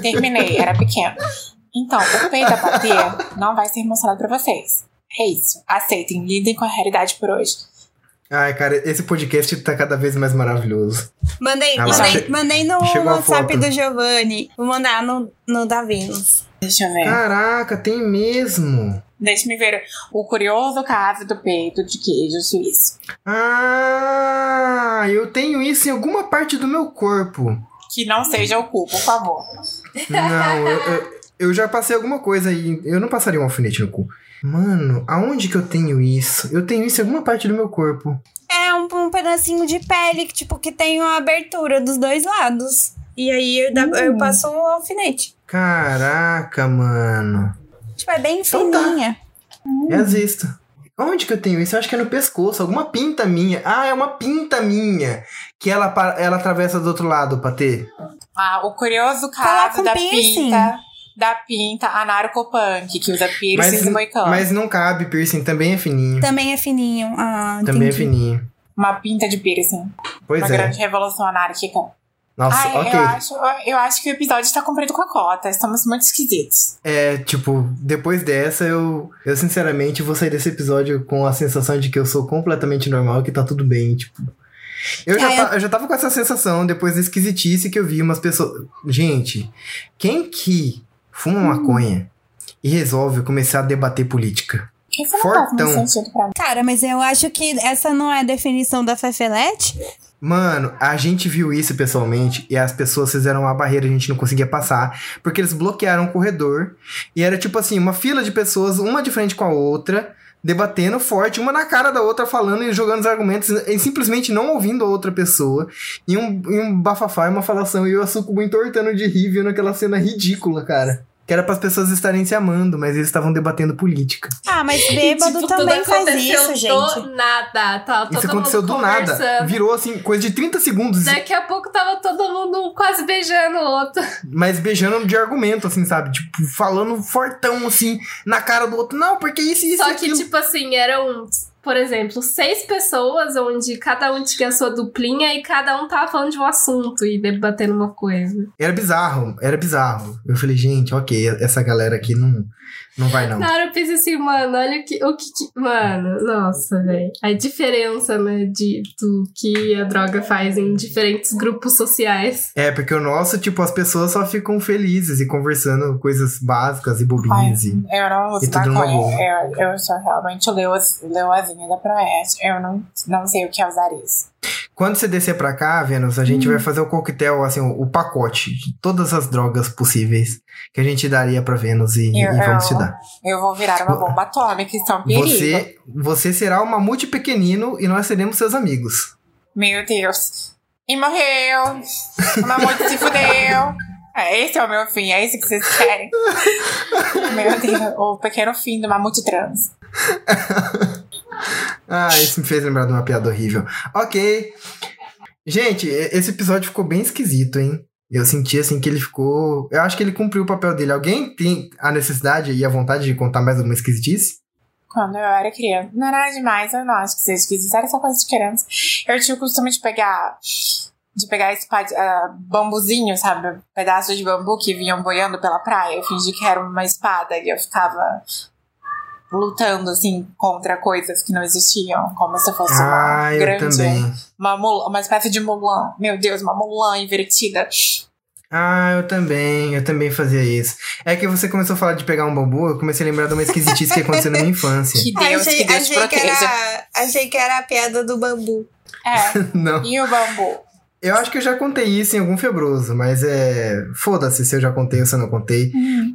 Speaker 3: Terminei, era pequeno. Então, o peito a bater não vai ser mostrado pra vocês. É isso. Aceitem, lidem com a realidade por hoje.
Speaker 2: Ai, cara, esse podcast tá cada vez mais maravilhoso.
Speaker 4: Mandei,
Speaker 2: Ah lá.
Speaker 4: mandei, mandei no
Speaker 2: Chegou a
Speaker 4: WhatsApp
Speaker 2: foto.
Speaker 4: do Giovanni. Vou mandar no, no da Vênus.
Speaker 3: Deixa eu ver.
Speaker 2: Caraca, tem mesmo.
Speaker 3: Deixe-me ver o curioso caso do peito de queijo suíço.
Speaker 2: Ah, eu tenho isso em alguma parte do meu corpo.
Speaker 3: Que não seja o cu, por favor.
Speaker 2: Não, eu, eu, eu já passei alguma coisa aí. Eu não passaria um alfinete no cu. Mano, aonde que eu tenho isso? Eu tenho isso em alguma parte do meu corpo.
Speaker 4: É um, um pedacinho de pele, que, tipo, que tem uma abertura dos dois lados. E aí eu, dá-
Speaker 2: Hum.
Speaker 4: eu passo um alfinete.
Speaker 2: Caraca, mano.
Speaker 4: Tipo, é bem
Speaker 2: Então tá.
Speaker 4: fininha.
Speaker 3: Hum.
Speaker 2: Existe. É Onde que eu tenho isso? Eu acho que é no pescoço, alguma pinta minha. Ah, é uma pinta minha. Que ela, pa- ela atravessa do outro lado pra ter.
Speaker 3: Ah, o curioso
Speaker 4: Tá lá
Speaker 3: caso
Speaker 4: com
Speaker 3: da
Speaker 4: piercing.
Speaker 3: pinta. Da pinta anarcopunk, que usa piercing e moicano.
Speaker 2: mas não cabe, piercing também é fininho.
Speaker 4: Também é fininho. Ah,
Speaker 2: Também é
Speaker 4: entendi.
Speaker 2: fininho.
Speaker 3: Uma pinta de piercing.
Speaker 2: Pois
Speaker 3: Tá, uma
Speaker 2: é.
Speaker 3: grande revolução anárquica.
Speaker 2: Nossa,
Speaker 3: Ai,
Speaker 2: ok.
Speaker 3: eu, acho, eu acho que o episódio tá cumprido com a cota. Estamos muito esquisitos.
Speaker 2: É, tipo, depois dessa, eu, eu sinceramente vou sair desse episódio com a sensação de que eu sou completamente normal e que tá tudo bem, tipo. Eu já,
Speaker 4: Ah,
Speaker 2: ta- eu já tava com essa sensação depois da esquisitice que eu vi umas pessoas. Gente, quem que fuma maconha e resolve começar a debater política?
Speaker 3: Isso não faz muito
Speaker 2: Fortão.
Speaker 3: um sentido pra mim.
Speaker 4: Cara, mas eu acho que essa não é a definição da Fefelete.
Speaker 2: Mano, a gente viu isso pessoalmente e as pessoas fizeram uma barreira, a gente não conseguia passar, porque eles bloquearam o corredor e era tipo assim, uma fila de pessoas, uma de frente com a outra, debatendo forte, uma na cara da outra, falando e jogando os argumentos e simplesmente não ouvindo a outra pessoa, e um, e um bafafá e uma falação, e eu assumo entortando de rir, vendo aquela cena ridícula, cara. Que era para as pessoas estarem se amando, mas eles estavam debatendo política.
Speaker 5: Tá
Speaker 4: Ah, mas
Speaker 5: E,
Speaker 4: bêbado
Speaker 5: tipo,
Speaker 4: também
Speaker 5: tudo
Speaker 4: faz
Speaker 5: aconteceu
Speaker 4: isso,
Speaker 5: Do
Speaker 4: gente.
Speaker 5: nada. Tá, Tava todo
Speaker 2: Isso aconteceu
Speaker 5: mundo
Speaker 2: do nada.
Speaker 5: conversando. Né,
Speaker 2: Virou assim, coisa de 30 segundos.
Speaker 5: Daqui a pouco tava todo mundo quase beijando o outro.
Speaker 2: Mas beijando de argumento, assim, sabe? Tipo, falando fortão, assim, na cara do outro. Não, porque isso, isso, é
Speaker 5: Só que,
Speaker 2: aquilo.
Speaker 5: tipo assim, eram, por exemplo, seis pessoas onde cada um tinha sua duplinha e cada um tava falando de um assunto e debatendo uma coisa.
Speaker 2: Era bizarro, era bizarro. Eu falei, gente, ok, essa galera aqui não, não vai não.
Speaker 5: Na hora eu pensei assim, mano, olha o que. O que que- mano, nossa, velho. A diferença, né, de, do que a droga faz em diferentes grupos sociais.
Speaker 2: É, porque o nosso, tipo, as pessoas só ficam felizes e conversando coisas básicas e bobinhas. e-
Speaker 3: Eu não
Speaker 2: E
Speaker 3: uso
Speaker 2: tudo numa
Speaker 3: maconha. Eu, eu sou realmente leoz- leoazinha da Proeste. Eu não, não sei o que é usar isso.
Speaker 2: Quando você descer pra cá, Vênus, a
Speaker 5: Hum.
Speaker 2: gente vai fazer o coquetel, assim, o, o pacote de todas as drogas possíveis que a gente daria pra Vênus e, e
Speaker 3: Eu-
Speaker 2: vamos te
Speaker 3: eu-
Speaker 2: dar.
Speaker 3: Eu vou virar uma bomba atômica, isso é um perigo.
Speaker 2: Tipo, Você, você será o mamute pequenino e nós seremos seus amigos.
Speaker 3: Meu Deus. E morreu. O mamute se fudeu. É, Esse é o meu fim, é isso que vocês querem. Meu Deus, o pequeno fim do mamute trans.
Speaker 2: Ah, isso me fez lembrar de uma piada horrível. Ok. Gente, e- esse episódio ficou bem esquisito, hein? Eu senti assim que ele ficou. Eu acho que ele cumpriu o papel dele. Alguém tem a necessidade e a vontade de contar mais alguma esquisitice?
Speaker 3: Quando eu era criança, não era demais, eu não acho que vocês quiseram essa coisa de criança. Eu tinha o costume de pegar. De pegar esse pá de- ah, bambuzinho, sabe? Pedaços de bambu que vinham boiando pela praia. Eu fingi que era uma espada e eu ficava lutando, assim, contra coisas que não existiam, como se eu fosse uma
Speaker 2: Ah, eu
Speaker 3: grande
Speaker 2: também.
Speaker 3: Uma, mula, uma espécie de Mulan. Meu Deus, uma Mulan invertida.
Speaker 2: Ah, eu também, eu também fazia isso. É que você começou a falar de pegar um bambu, eu comecei a lembrar de uma esquisitice que aconteceu na minha infância.
Speaker 3: Que Deus, que Deus proteja.
Speaker 4: era, achei que era a piada do bambu.
Speaker 3: É.
Speaker 2: Não.
Speaker 3: E o bambu?
Speaker 2: Eu acho que eu já contei isso em algum febroso, mas é. Foda-se se eu já contei ou se eu não contei.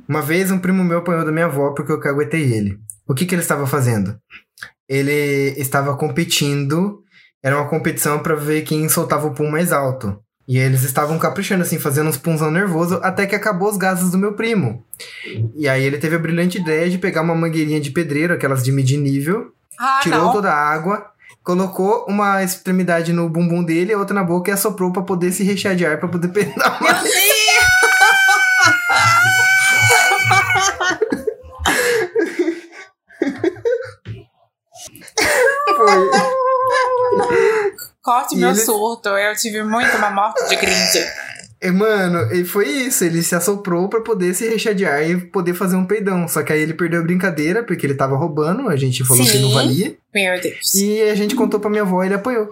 Speaker 2: Uma vez um primo meu apanhou da minha avó porque eu caguetei ele. O que, que ele estava fazendo? Ele estava competindo, era uma competição pra ver quem soltava o pum mais alto. E eles estavam caprichando, assim, fazendo uns punzão nervoso, até que acabou os gases do meu primo. E aí ele teve a brilhante ideia de pegar uma mangueirinha de pedreiro, aquelas de medir nível,
Speaker 3: Ah,
Speaker 2: tirou
Speaker 3: não.
Speaker 2: toda a água, colocou uma extremidade no bumbum dele, a outra na boca e assoprou pra poder se rechear de ar pra poder peidar. mais. Foi.
Speaker 3: Corte
Speaker 2: E
Speaker 3: meu
Speaker 2: ele-
Speaker 3: surto. Eu tive muito uma morte de grind.
Speaker 2: E, Mano, e foi isso. Ele se assoprou pra poder se rechear de ar e poder fazer um peidão. Só que aí ele perdeu a brincadeira porque ele tava roubando. A gente falou que não
Speaker 4: Sim.
Speaker 2: valia.
Speaker 3: Meu Deus.
Speaker 2: E a gente contou pra minha avó e ele apoiou.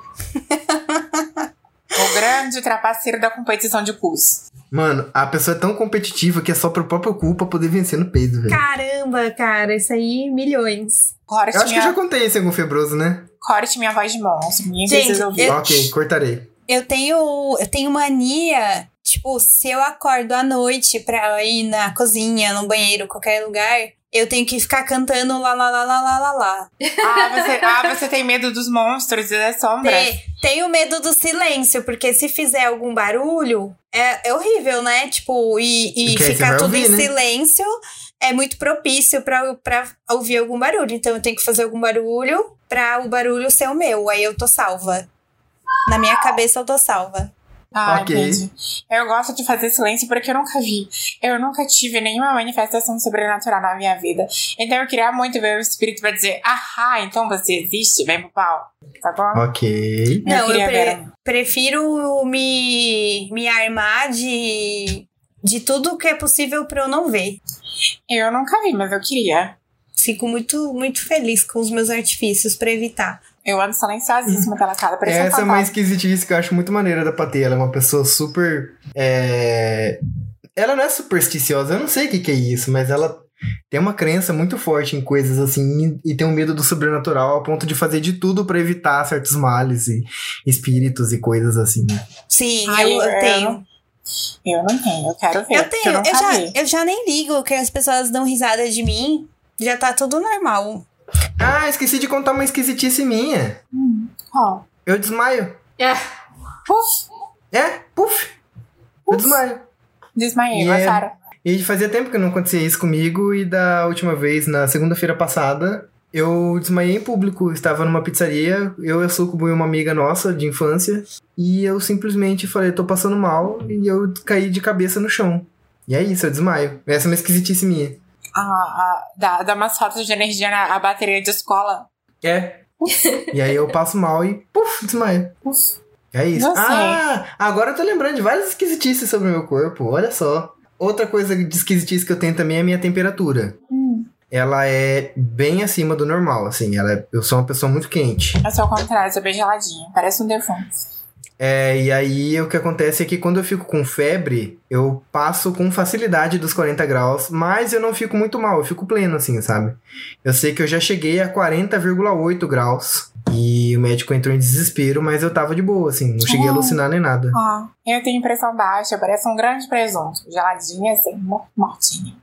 Speaker 3: O grande trapaceiro da competição de cus.
Speaker 2: Mano, a pessoa é tão competitiva que é só pro próprio cu pra poder vencer no peido, velho.
Speaker 4: Caramba, cara, isso aí, milhões.
Speaker 3: Corte
Speaker 2: Eu acho que
Speaker 3: minha,
Speaker 2: eu já contei esse algum febroso, né?
Speaker 3: corte minha voz de monstro. Ninguém
Speaker 4: Gente,
Speaker 3: precisa ouvir.
Speaker 4: Eu-
Speaker 2: Ok, cortarei.
Speaker 4: Eu tenho, eu tenho mania Tipo, se eu acordo à noite pra ir na cozinha, no banheiro, qualquer lugar, eu tenho que ficar cantando lá, lá, lá, lá, lá, lá, lá.
Speaker 3: Ah, você, ah, você tem medo dos monstros é e das sombras.
Speaker 4: Te- Tenho medo do silêncio, porque se fizer algum barulho, é, é horrível, né? Tipo, e, e
Speaker 2: Porque aí você
Speaker 4: ficar
Speaker 2: vai
Speaker 4: tudo
Speaker 2: ouvir,
Speaker 4: em
Speaker 2: né?
Speaker 4: silêncio é muito propício pra, pra ouvir algum barulho. Então eu tenho que fazer algum barulho pra o barulho ser o meu. Aí eu tô salva. Na minha cabeça eu tô salva.
Speaker 3: Ah,
Speaker 2: Ok.
Speaker 3: entendi. Eu gosto de fazer silêncio porque eu nunca vi. Eu nunca tive nenhuma manifestação sobrenatural na minha vida. Então eu queria muito ver o espírito pra dizer, ah, então você existe, vem pro pau. Tá
Speaker 2: Ah.
Speaker 3: bom?
Speaker 2: Ok.
Speaker 4: Não, eu
Speaker 3: queria
Speaker 4: pre-
Speaker 3: ver um-
Speaker 4: Prefiro me, me armar de, de tudo que é possível pra eu não ver.
Speaker 3: Eu nunca vi, mas eu queria.
Speaker 4: Fico muito, muito feliz com os meus artifícios pra evitar.
Speaker 3: Eu ando silenciosíssima pela casa, parece um
Speaker 2: Essa é
Speaker 3: fantasma.
Speaker 2: uma esquisitice que eu acho muito maneira da Patê. Ela é uma pessoa super. é, Ela não é supersticiosa, eu não sei o que, que é isso, mas ela tem uma crença muito forte em coisas assim e e tem um medo do sobrenatural ao ponto de fazer de tudo pra evitar certos males e espíritos e coisas assim.
Speaker 4: Sim,
Speaker 3: Ai,
Speaker 4: eu, eu
Speaker 3: eu
Speaker 4: tenho.
Speaker 3: não- Eu não tenho, eu quero ver.
Speaker 4: Eu
Speaker 3: porque
Speaker 4: tenho, eu,
Speaker 3: nunca
Speaker 4: já,
Speaker 3: vi.
Speaker 4: eu já nem ligo que as pessoas dão risada de mim. Já tá tudo normal.
Speaker 2: Ah, esqueci de contar uma esquisitice minha.
Speaker 3: Ó,
Speaker 2: Eu desmaio.
Speaker 3: Puf,
Speaker 2: É, puf. Eu desmaio.
Speaker 3: desmaiei,
Speaker 2: E é-
Speaker 3: gostaram.
Speaker 2: E fazia tempo que não acontecia isso comigo, e da última vez, na segunda-feira passada, eu desmaiei em público. Estava numa pizzaria, eu e a Sucubo e uma amiga nossa de infância, e eu simplesmente falei, tô passando mal, e eu caí de cabeça no chão. E é isso, eu desmaio. Essa é uma esquisitice minha.
Speaker 3: Ah, ah, dá, dá umas fotos de energia na a bateria de escola.
Speaker 2: É. e aí eu passo mal e, puf, desmaio. É isso.
Speaker 3: Você.
Speaker 2: Ah, agora eu tô lembrando de várias esquisitices sobre o meu corpo, olha só. Outra coisa de esquisitice que eu tenho também é a minha temperatura. ela é bem acima do normal, assim. Ela é- eu sou uma pessoa muito quente.
Speaker 3: Eu sou ao contrário, sou bem geladinha. Parece um defunto.
Speaker 2: É, e aí o que acontece é que quando eu fico com febre, eu passo com facilidade dos 40 graus, mas eu não fico muito mal, eu fico pleno, assim, sabe? Eu sei que eu já cheguei a 40,8 graus. E o médico entrou em desespero, mas eu tava de boa, assim, não cheguei a
Speaker 3: Ah.
Speaker 2: alucinar nem nada.
Speaker 3: Ah, eu tenho pressão baixa, parece um grande presunto. Geladinha, assim, mo- mortinha.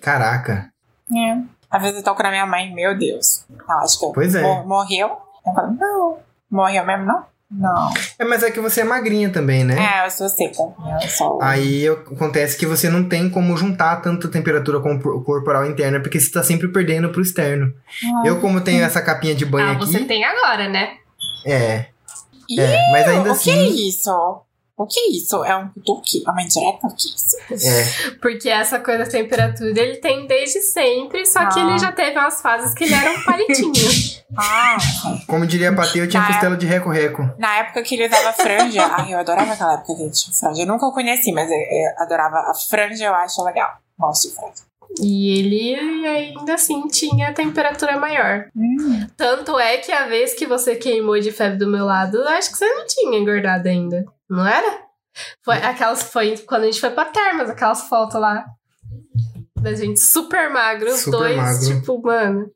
Speaker 2: Caraca.
Speaker 3: É. Às vezes eu toco na minha mãe, meu Deus. Ela acha que eu-
Speaker 2: Pois é.
Speaker 3: mor- morreu. Eu falo, não. Morreu mesmo, não? Não.
Speaker 2: É, mas é que você é magrinha também, né?
Speaker 3: É, eu sou seca. Eu sou...
Speaker 2: Aí acontece que você não tem como juntar tanta temperatura com- corporal interna, porque você tá sempre perdendo pro externo.
Speaker 3: Ah.
Speaker 2: Eu, como tenho essa capinha de banho
Speaker 5: Ah,
Speaker 2: aqui.
Speaker 5: você tem agora, né?
Speaker 2: É.
Speaker 3: Ih,
Speaker 2: É, mas ainda
Speaker 3: o que é
Speaker 2: assim.
Speaker 3: isso? O que é isso? É um cutuque? É uma indireta? O que é isso?
Speaker 2: É.
Speaker 5: Porque essa coisa da temperatura ele tem desde sempre, só que
Speaker 3: Ah.
Speaker 5: ele já teve umas fases que ele era um palitinho.
Speaker 3: Ah,
Speaker 2: Como diria a Patê, eu tinha
Speaker 3: Ah, é.
Speaker 2: costela de reco-reco.
Speaker 3: Na época que ele usava franja, ai, eu adorava aquela época que ele tinha franja. Eu nunca conheci, mas eu, eu adorava a franja, eu acho legal. Gosto de franja.
Speaker 5: E ele ainda assim tinha a temperatura maior.
Speaker 3: Hum.
Speaker 5: Tanto é que a vez que você queimou de febre do meu lado, eu acho que você não tinha engordado ainda, não era? Foi aquelas foi quando a gente foi pra Termas, aquelas fotos lá da gente super magro, os
Speaker 2: Super
Speaker 5: dois,
Speaker 2: magro.
Speaker 5: tipo, mano.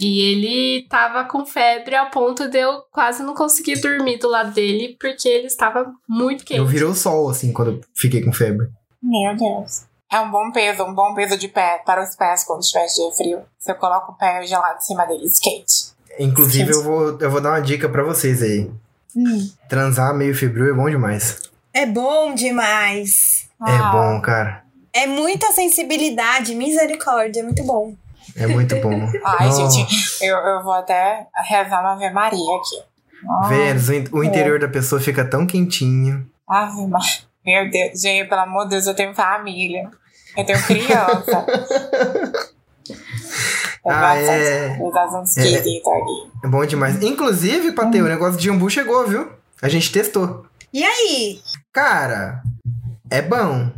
Speaker 5: E ele tava com febre ao ponto de eu quase não conseguir dormir do lado dele, porque ele estava muito quente.
Speaker 2: Eu virou o sol, assim, quando eu fiquei com febre.
Speaker 3: Meu Deus. É um bom peso, um bom peso de pé para os pés quando estiver dia frio. Se eu coloco o pé gelado em cima dele, skate.
Speaker 2: Inclusive, eu vou, eu vou dar uma dica pra vocês aí.
Speaker 3: Hum.
Speaker 2: Transar meio febril é bom demais.
Speaker 4: É bom demais.
Speaker 3: Ah.
Speaker 2: É bom, cara.
Speaker 4: É muita sensibilidade, misericórdia, é muito bom.
Speaker 2: É muito bom.
Speaker 3: Ai,
Speaker 2: Nossa.
Speaker 3: gente, eu, eu vou até rezar uma Ave Maria aqui. Ah,
Speaker 2: Vênus, o in- o interior da pessoa fica tão quentinho.
Speaker 3: Ave Maria. Meu Deus, gente, pelo amor de Deus, eu tenho família. Eu tenho criança. Eu
Speaker 2: Ah,
Speaker 3: gosto
Speaker 2: é.
Speaker 3: dos- dos assuntos
Speaker 2: É.
Speaker 3: queridos ali.
Speaker 2: É bom demais. Inclusive, Pateu, o negócio de jambu chegou, viu? A gente testou.
Speaker 4: E aí?
Speaker 2: Cara, é bom.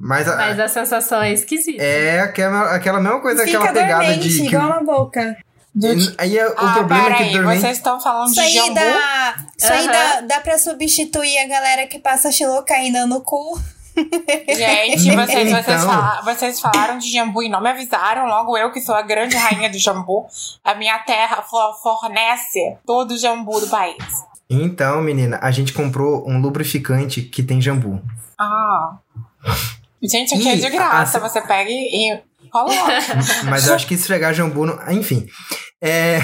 Speaker 2: Mas, a-
Speaker 5: Mas a sensação é esquisita.
Speaker 2: é aquela, aquela mesma coisa,
Speaker 4: Fica
Speaker 2: aquela pegada
Speaker 4: dormente,
Speaker 2: de. que-
Speaker 4: igual uma boca.
Speaker 2: N- Aí é- o
Speaker 3: Ah,
Speaker 2: problema é que
Speaker 3: peraí,
Speaker 2: dormente.
Speaker 3: vocês estão falando
Speaker 4: Isso
Speaker 3: de
Speaker 4: aí,
Speaker 3: jambu?
Speaker 4: dá, isso aí
Speaker 5: Aham.
Speaker 4: dá, dá pra substituir a galera que passa xilocaína no cu.
Speaker 3: Gente, vocês,
Speaker 2: Então.
Speaker 3: vocês, fala- vocês falaram de jambu e não me avisaram. Logo eu, que sou a grande rainha do jambu, a minha terra fo- fornece todo o jambu do país.
Speaker 2: Então, menina, a gente comprou um lubrificante que tem jambu.
Speaker 3: Ah. Gente, aqui é
Speaker 2: Ih, assim-
Speaker 3: de graça.
Speaker 2: a-
Speaker 3: Você pega e, e coloca.
Speaker 2: Mas eu acho que esfregar jambu. no- Enfim. É.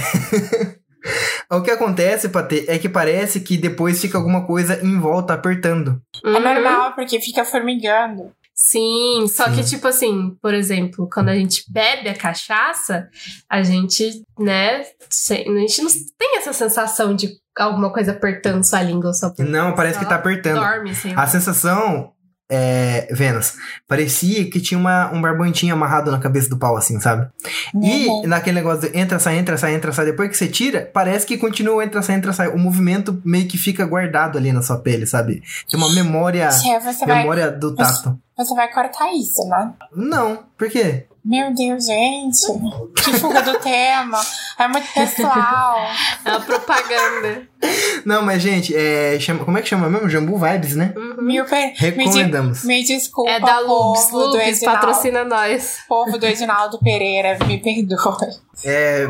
Speaker 2: o que acontece, Patê, é que parece que depois fica alguma coisa em volta apertando.
Speaker 3: É
Speaker 5: Uhum.
Speaker 3: normal, porque fica formigando.
Speaker 5: Sim, só que, tipo assim, por exemplo, quando a gente bebe a cachaça, a gente, né, se- a gente não tem essa sensação de alguma coisa apertando sua língua ou sua boca.
Speaker 2: Não, parece
Speaker 5: Só
Speaker 2: que tá apertando.
Speaker 5: Dorme, assim. sei lá.
Speaker 2: A sensação. É, Vênus, parecia que tinha uma, um barbantinho amarrado na cabeça do pau, assim, sabe?
Speaker 3: Uhum.
Speaker 2: E naquele negócio do entra, sai, entra, sai, entra, sai, depois que você tira, parece que continua o entra, sai, entra, sai. O movimento meio que fica guardado ali na sua pele, sabe? Tem uma memória,
Speaker 3: Tia, é, você vai,
Speaker 2: memória do tato.
Speaker 3: você vai cortar isso, né?
Speaker 2: Não, por quê?
Speaker 3: Meu Deus, gente. Que fuga do tema. É muito pessoal.
Speaker 5: É uma propaganda.
Speaker 2: Não, mas gente, é, chama- como é que chama mesmo? Jambu Vibes, né?
Speaker 5: Uhum.
Speaker 3: Mil per... me, de-
Speaker 2: Recomendamos.
Speaker 3: me desculpa,
Speaker 5: É da Lux.
Speaker 3: povo, do
Speaker 5: Lux
Speaker 3: Edinaldo,
Speaker 5: patrocina nós.
Speaker 3: povo do Edinaldo Pereira. Me perdoe.
Speaker 2: É,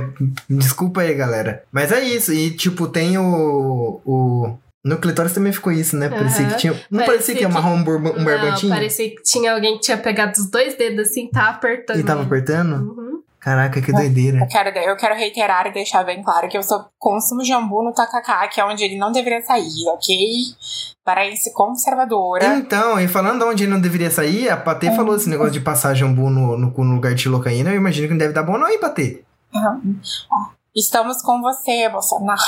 Speaker 2: desculpa aí, galera. Mas é isso. E, tipo, tem o. o... No clitóris também ficou isso, né? Parecia
Speaker 5: Aham.
Speaker 2: que tinha. Não parecia,
Speaker 5: Parecia
Speaker 2: que ia amarrar um, borba- um
Speaker 5: Não,
Speaker 2: barbantinho
Speaker 5: parecia que tinha alguém que tinha pegado os dois dedos assim, tá apertando.
Speaker 2: e tava apertando?
Speaker 5: Uhum.
Speaker 2: Caraca, que doideira.
Speaker 3: Eu quero, eu quero reiterar e deixar bem claro que eu só consumo jambu no tacacá, que é onde ele não deveria sair, ok? Paraense conservadora.
Speaker 2: Então, e falando onde ele não deveria sair, a Patê falou esse negócio de passar jambu no, no cu no lugar de locaína. Eu imagino que não deve dar bom, não, hein, Patê?
Speaker 3: Estamos com você, Bolsonaro.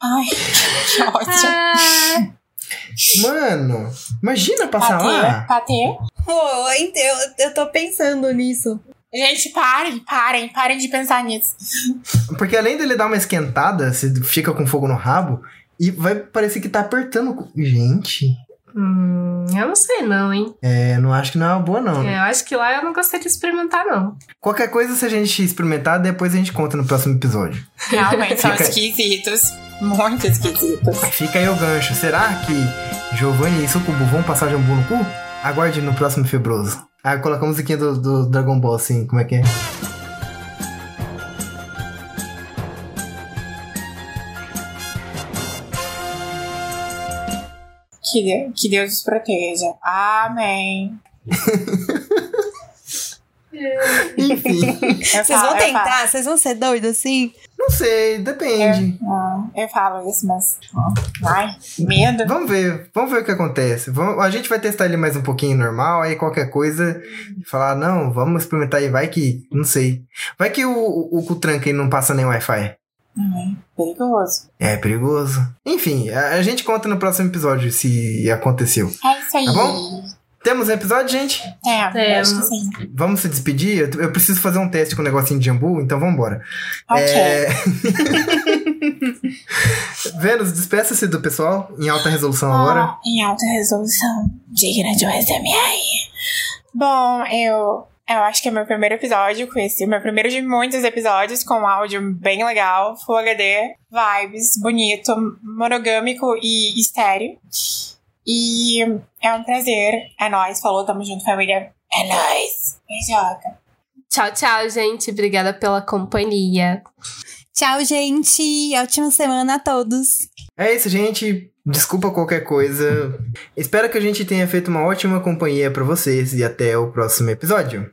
Speaker 3: Ai, que ótimo.
Speaker 5: Ah,
Speaker 2: Mano, imagina passar
Speaker 3: Patê,
Speaker 2: lá.
Speaker 3: patê.
Speaker 4: Pô, ent- eu, eu tô pensando nisso.
Speaker 3: Gente, parem, parem, parem de pensar nisso.
Speaker 2: Porque além dele dar uma esquentada, você fica com fogo no rabo e vai parecer que tá apertando o cu. Gente,
Speaker 5: Hum, eu não sei não, hein?
Speaker 2: é, não acho que não é uma boa, não.
Speaker 5: É, eu acho que lá eu não gostei de experimentar, não.
Speaker 2: Qualquer coisa, se a gente experimentar, depois a gente conta no próximo episódio.
Speaker 3: Realmente são
Speaker 2: Fica-
Speaker 3: esquisitos. Muito esquisitos.
Speaker 2: Fica aí o gancho. Será que Giovanni e Sucubu vão passar jambu no cu? Aguarde no próximo Febroso. Ah, coloca a musiquinha do, do Dragon Ball, assim, como é que é?
Speaker 3: Que, de- que Deus os proteja. Amém.
Speaker 2: Enfim,
Speaker 3: Eu
Speaker 4: Vocês vão
Speaker 3: falo- eu falo-
Speaker 4: tentar? Vocês vão ser doidos assim?
Speaker 2: não sei, depende.
Speaker 3: Ah, eu falo isso, mas. Ai, medo.
Speaker 2: Vamos ver, vamos ver o que acontece. Vamos- a gente vai testar ele mais um pouquinho normal, aí qualquer coisa, falar, não, vamos experimentar aí, vai que, não sei. Vai que o, o, o cu tranca e não passa nem Wi-Fi.
Speaker 3: Perigoso.
Speaker 2: É perigoso. Enfim, a, a gente conta no próximo episódio se aconteceu.
Speaker 3: É isso aí.
Speaker 2: Tá bom? Temos um episódio, gente?
Speaker 3: É, eu acho que
Speaker 5: Temos.
Speaker 3: sim.
Speaker 2: Vamos se despedir? Eu, eu preciso fazer um teste com o negocinho de jambu, então vambora.
Speaker 3: Ok.
Speaker 2: É... Vênus, despeça-se do pessoal em alta resolução agora.
Speaker 3: Ah, em alta resolução, digna de um SMR. Bom, eu. Eu acho que é meu primeiro episódio com esse. Meu primeiro de muitos episódios com um áudio bem legal, Full HD, vibes, bonito, monogâmico e estéreo. E é um prazer. É nóis. Falou, tamo junto, família. É nóis. Beijoca.
Speaker 5: Tchau, tchau, gente. Obrigada pela companhia.
Speaker 4: Tchau, gente. Ótima semana a todos.
Speaker 2: É isso, gente. Desculpa qualquer coisa. Espero que a gente tenha feito uma ótima companhia pra vocês e até o próximo episódio.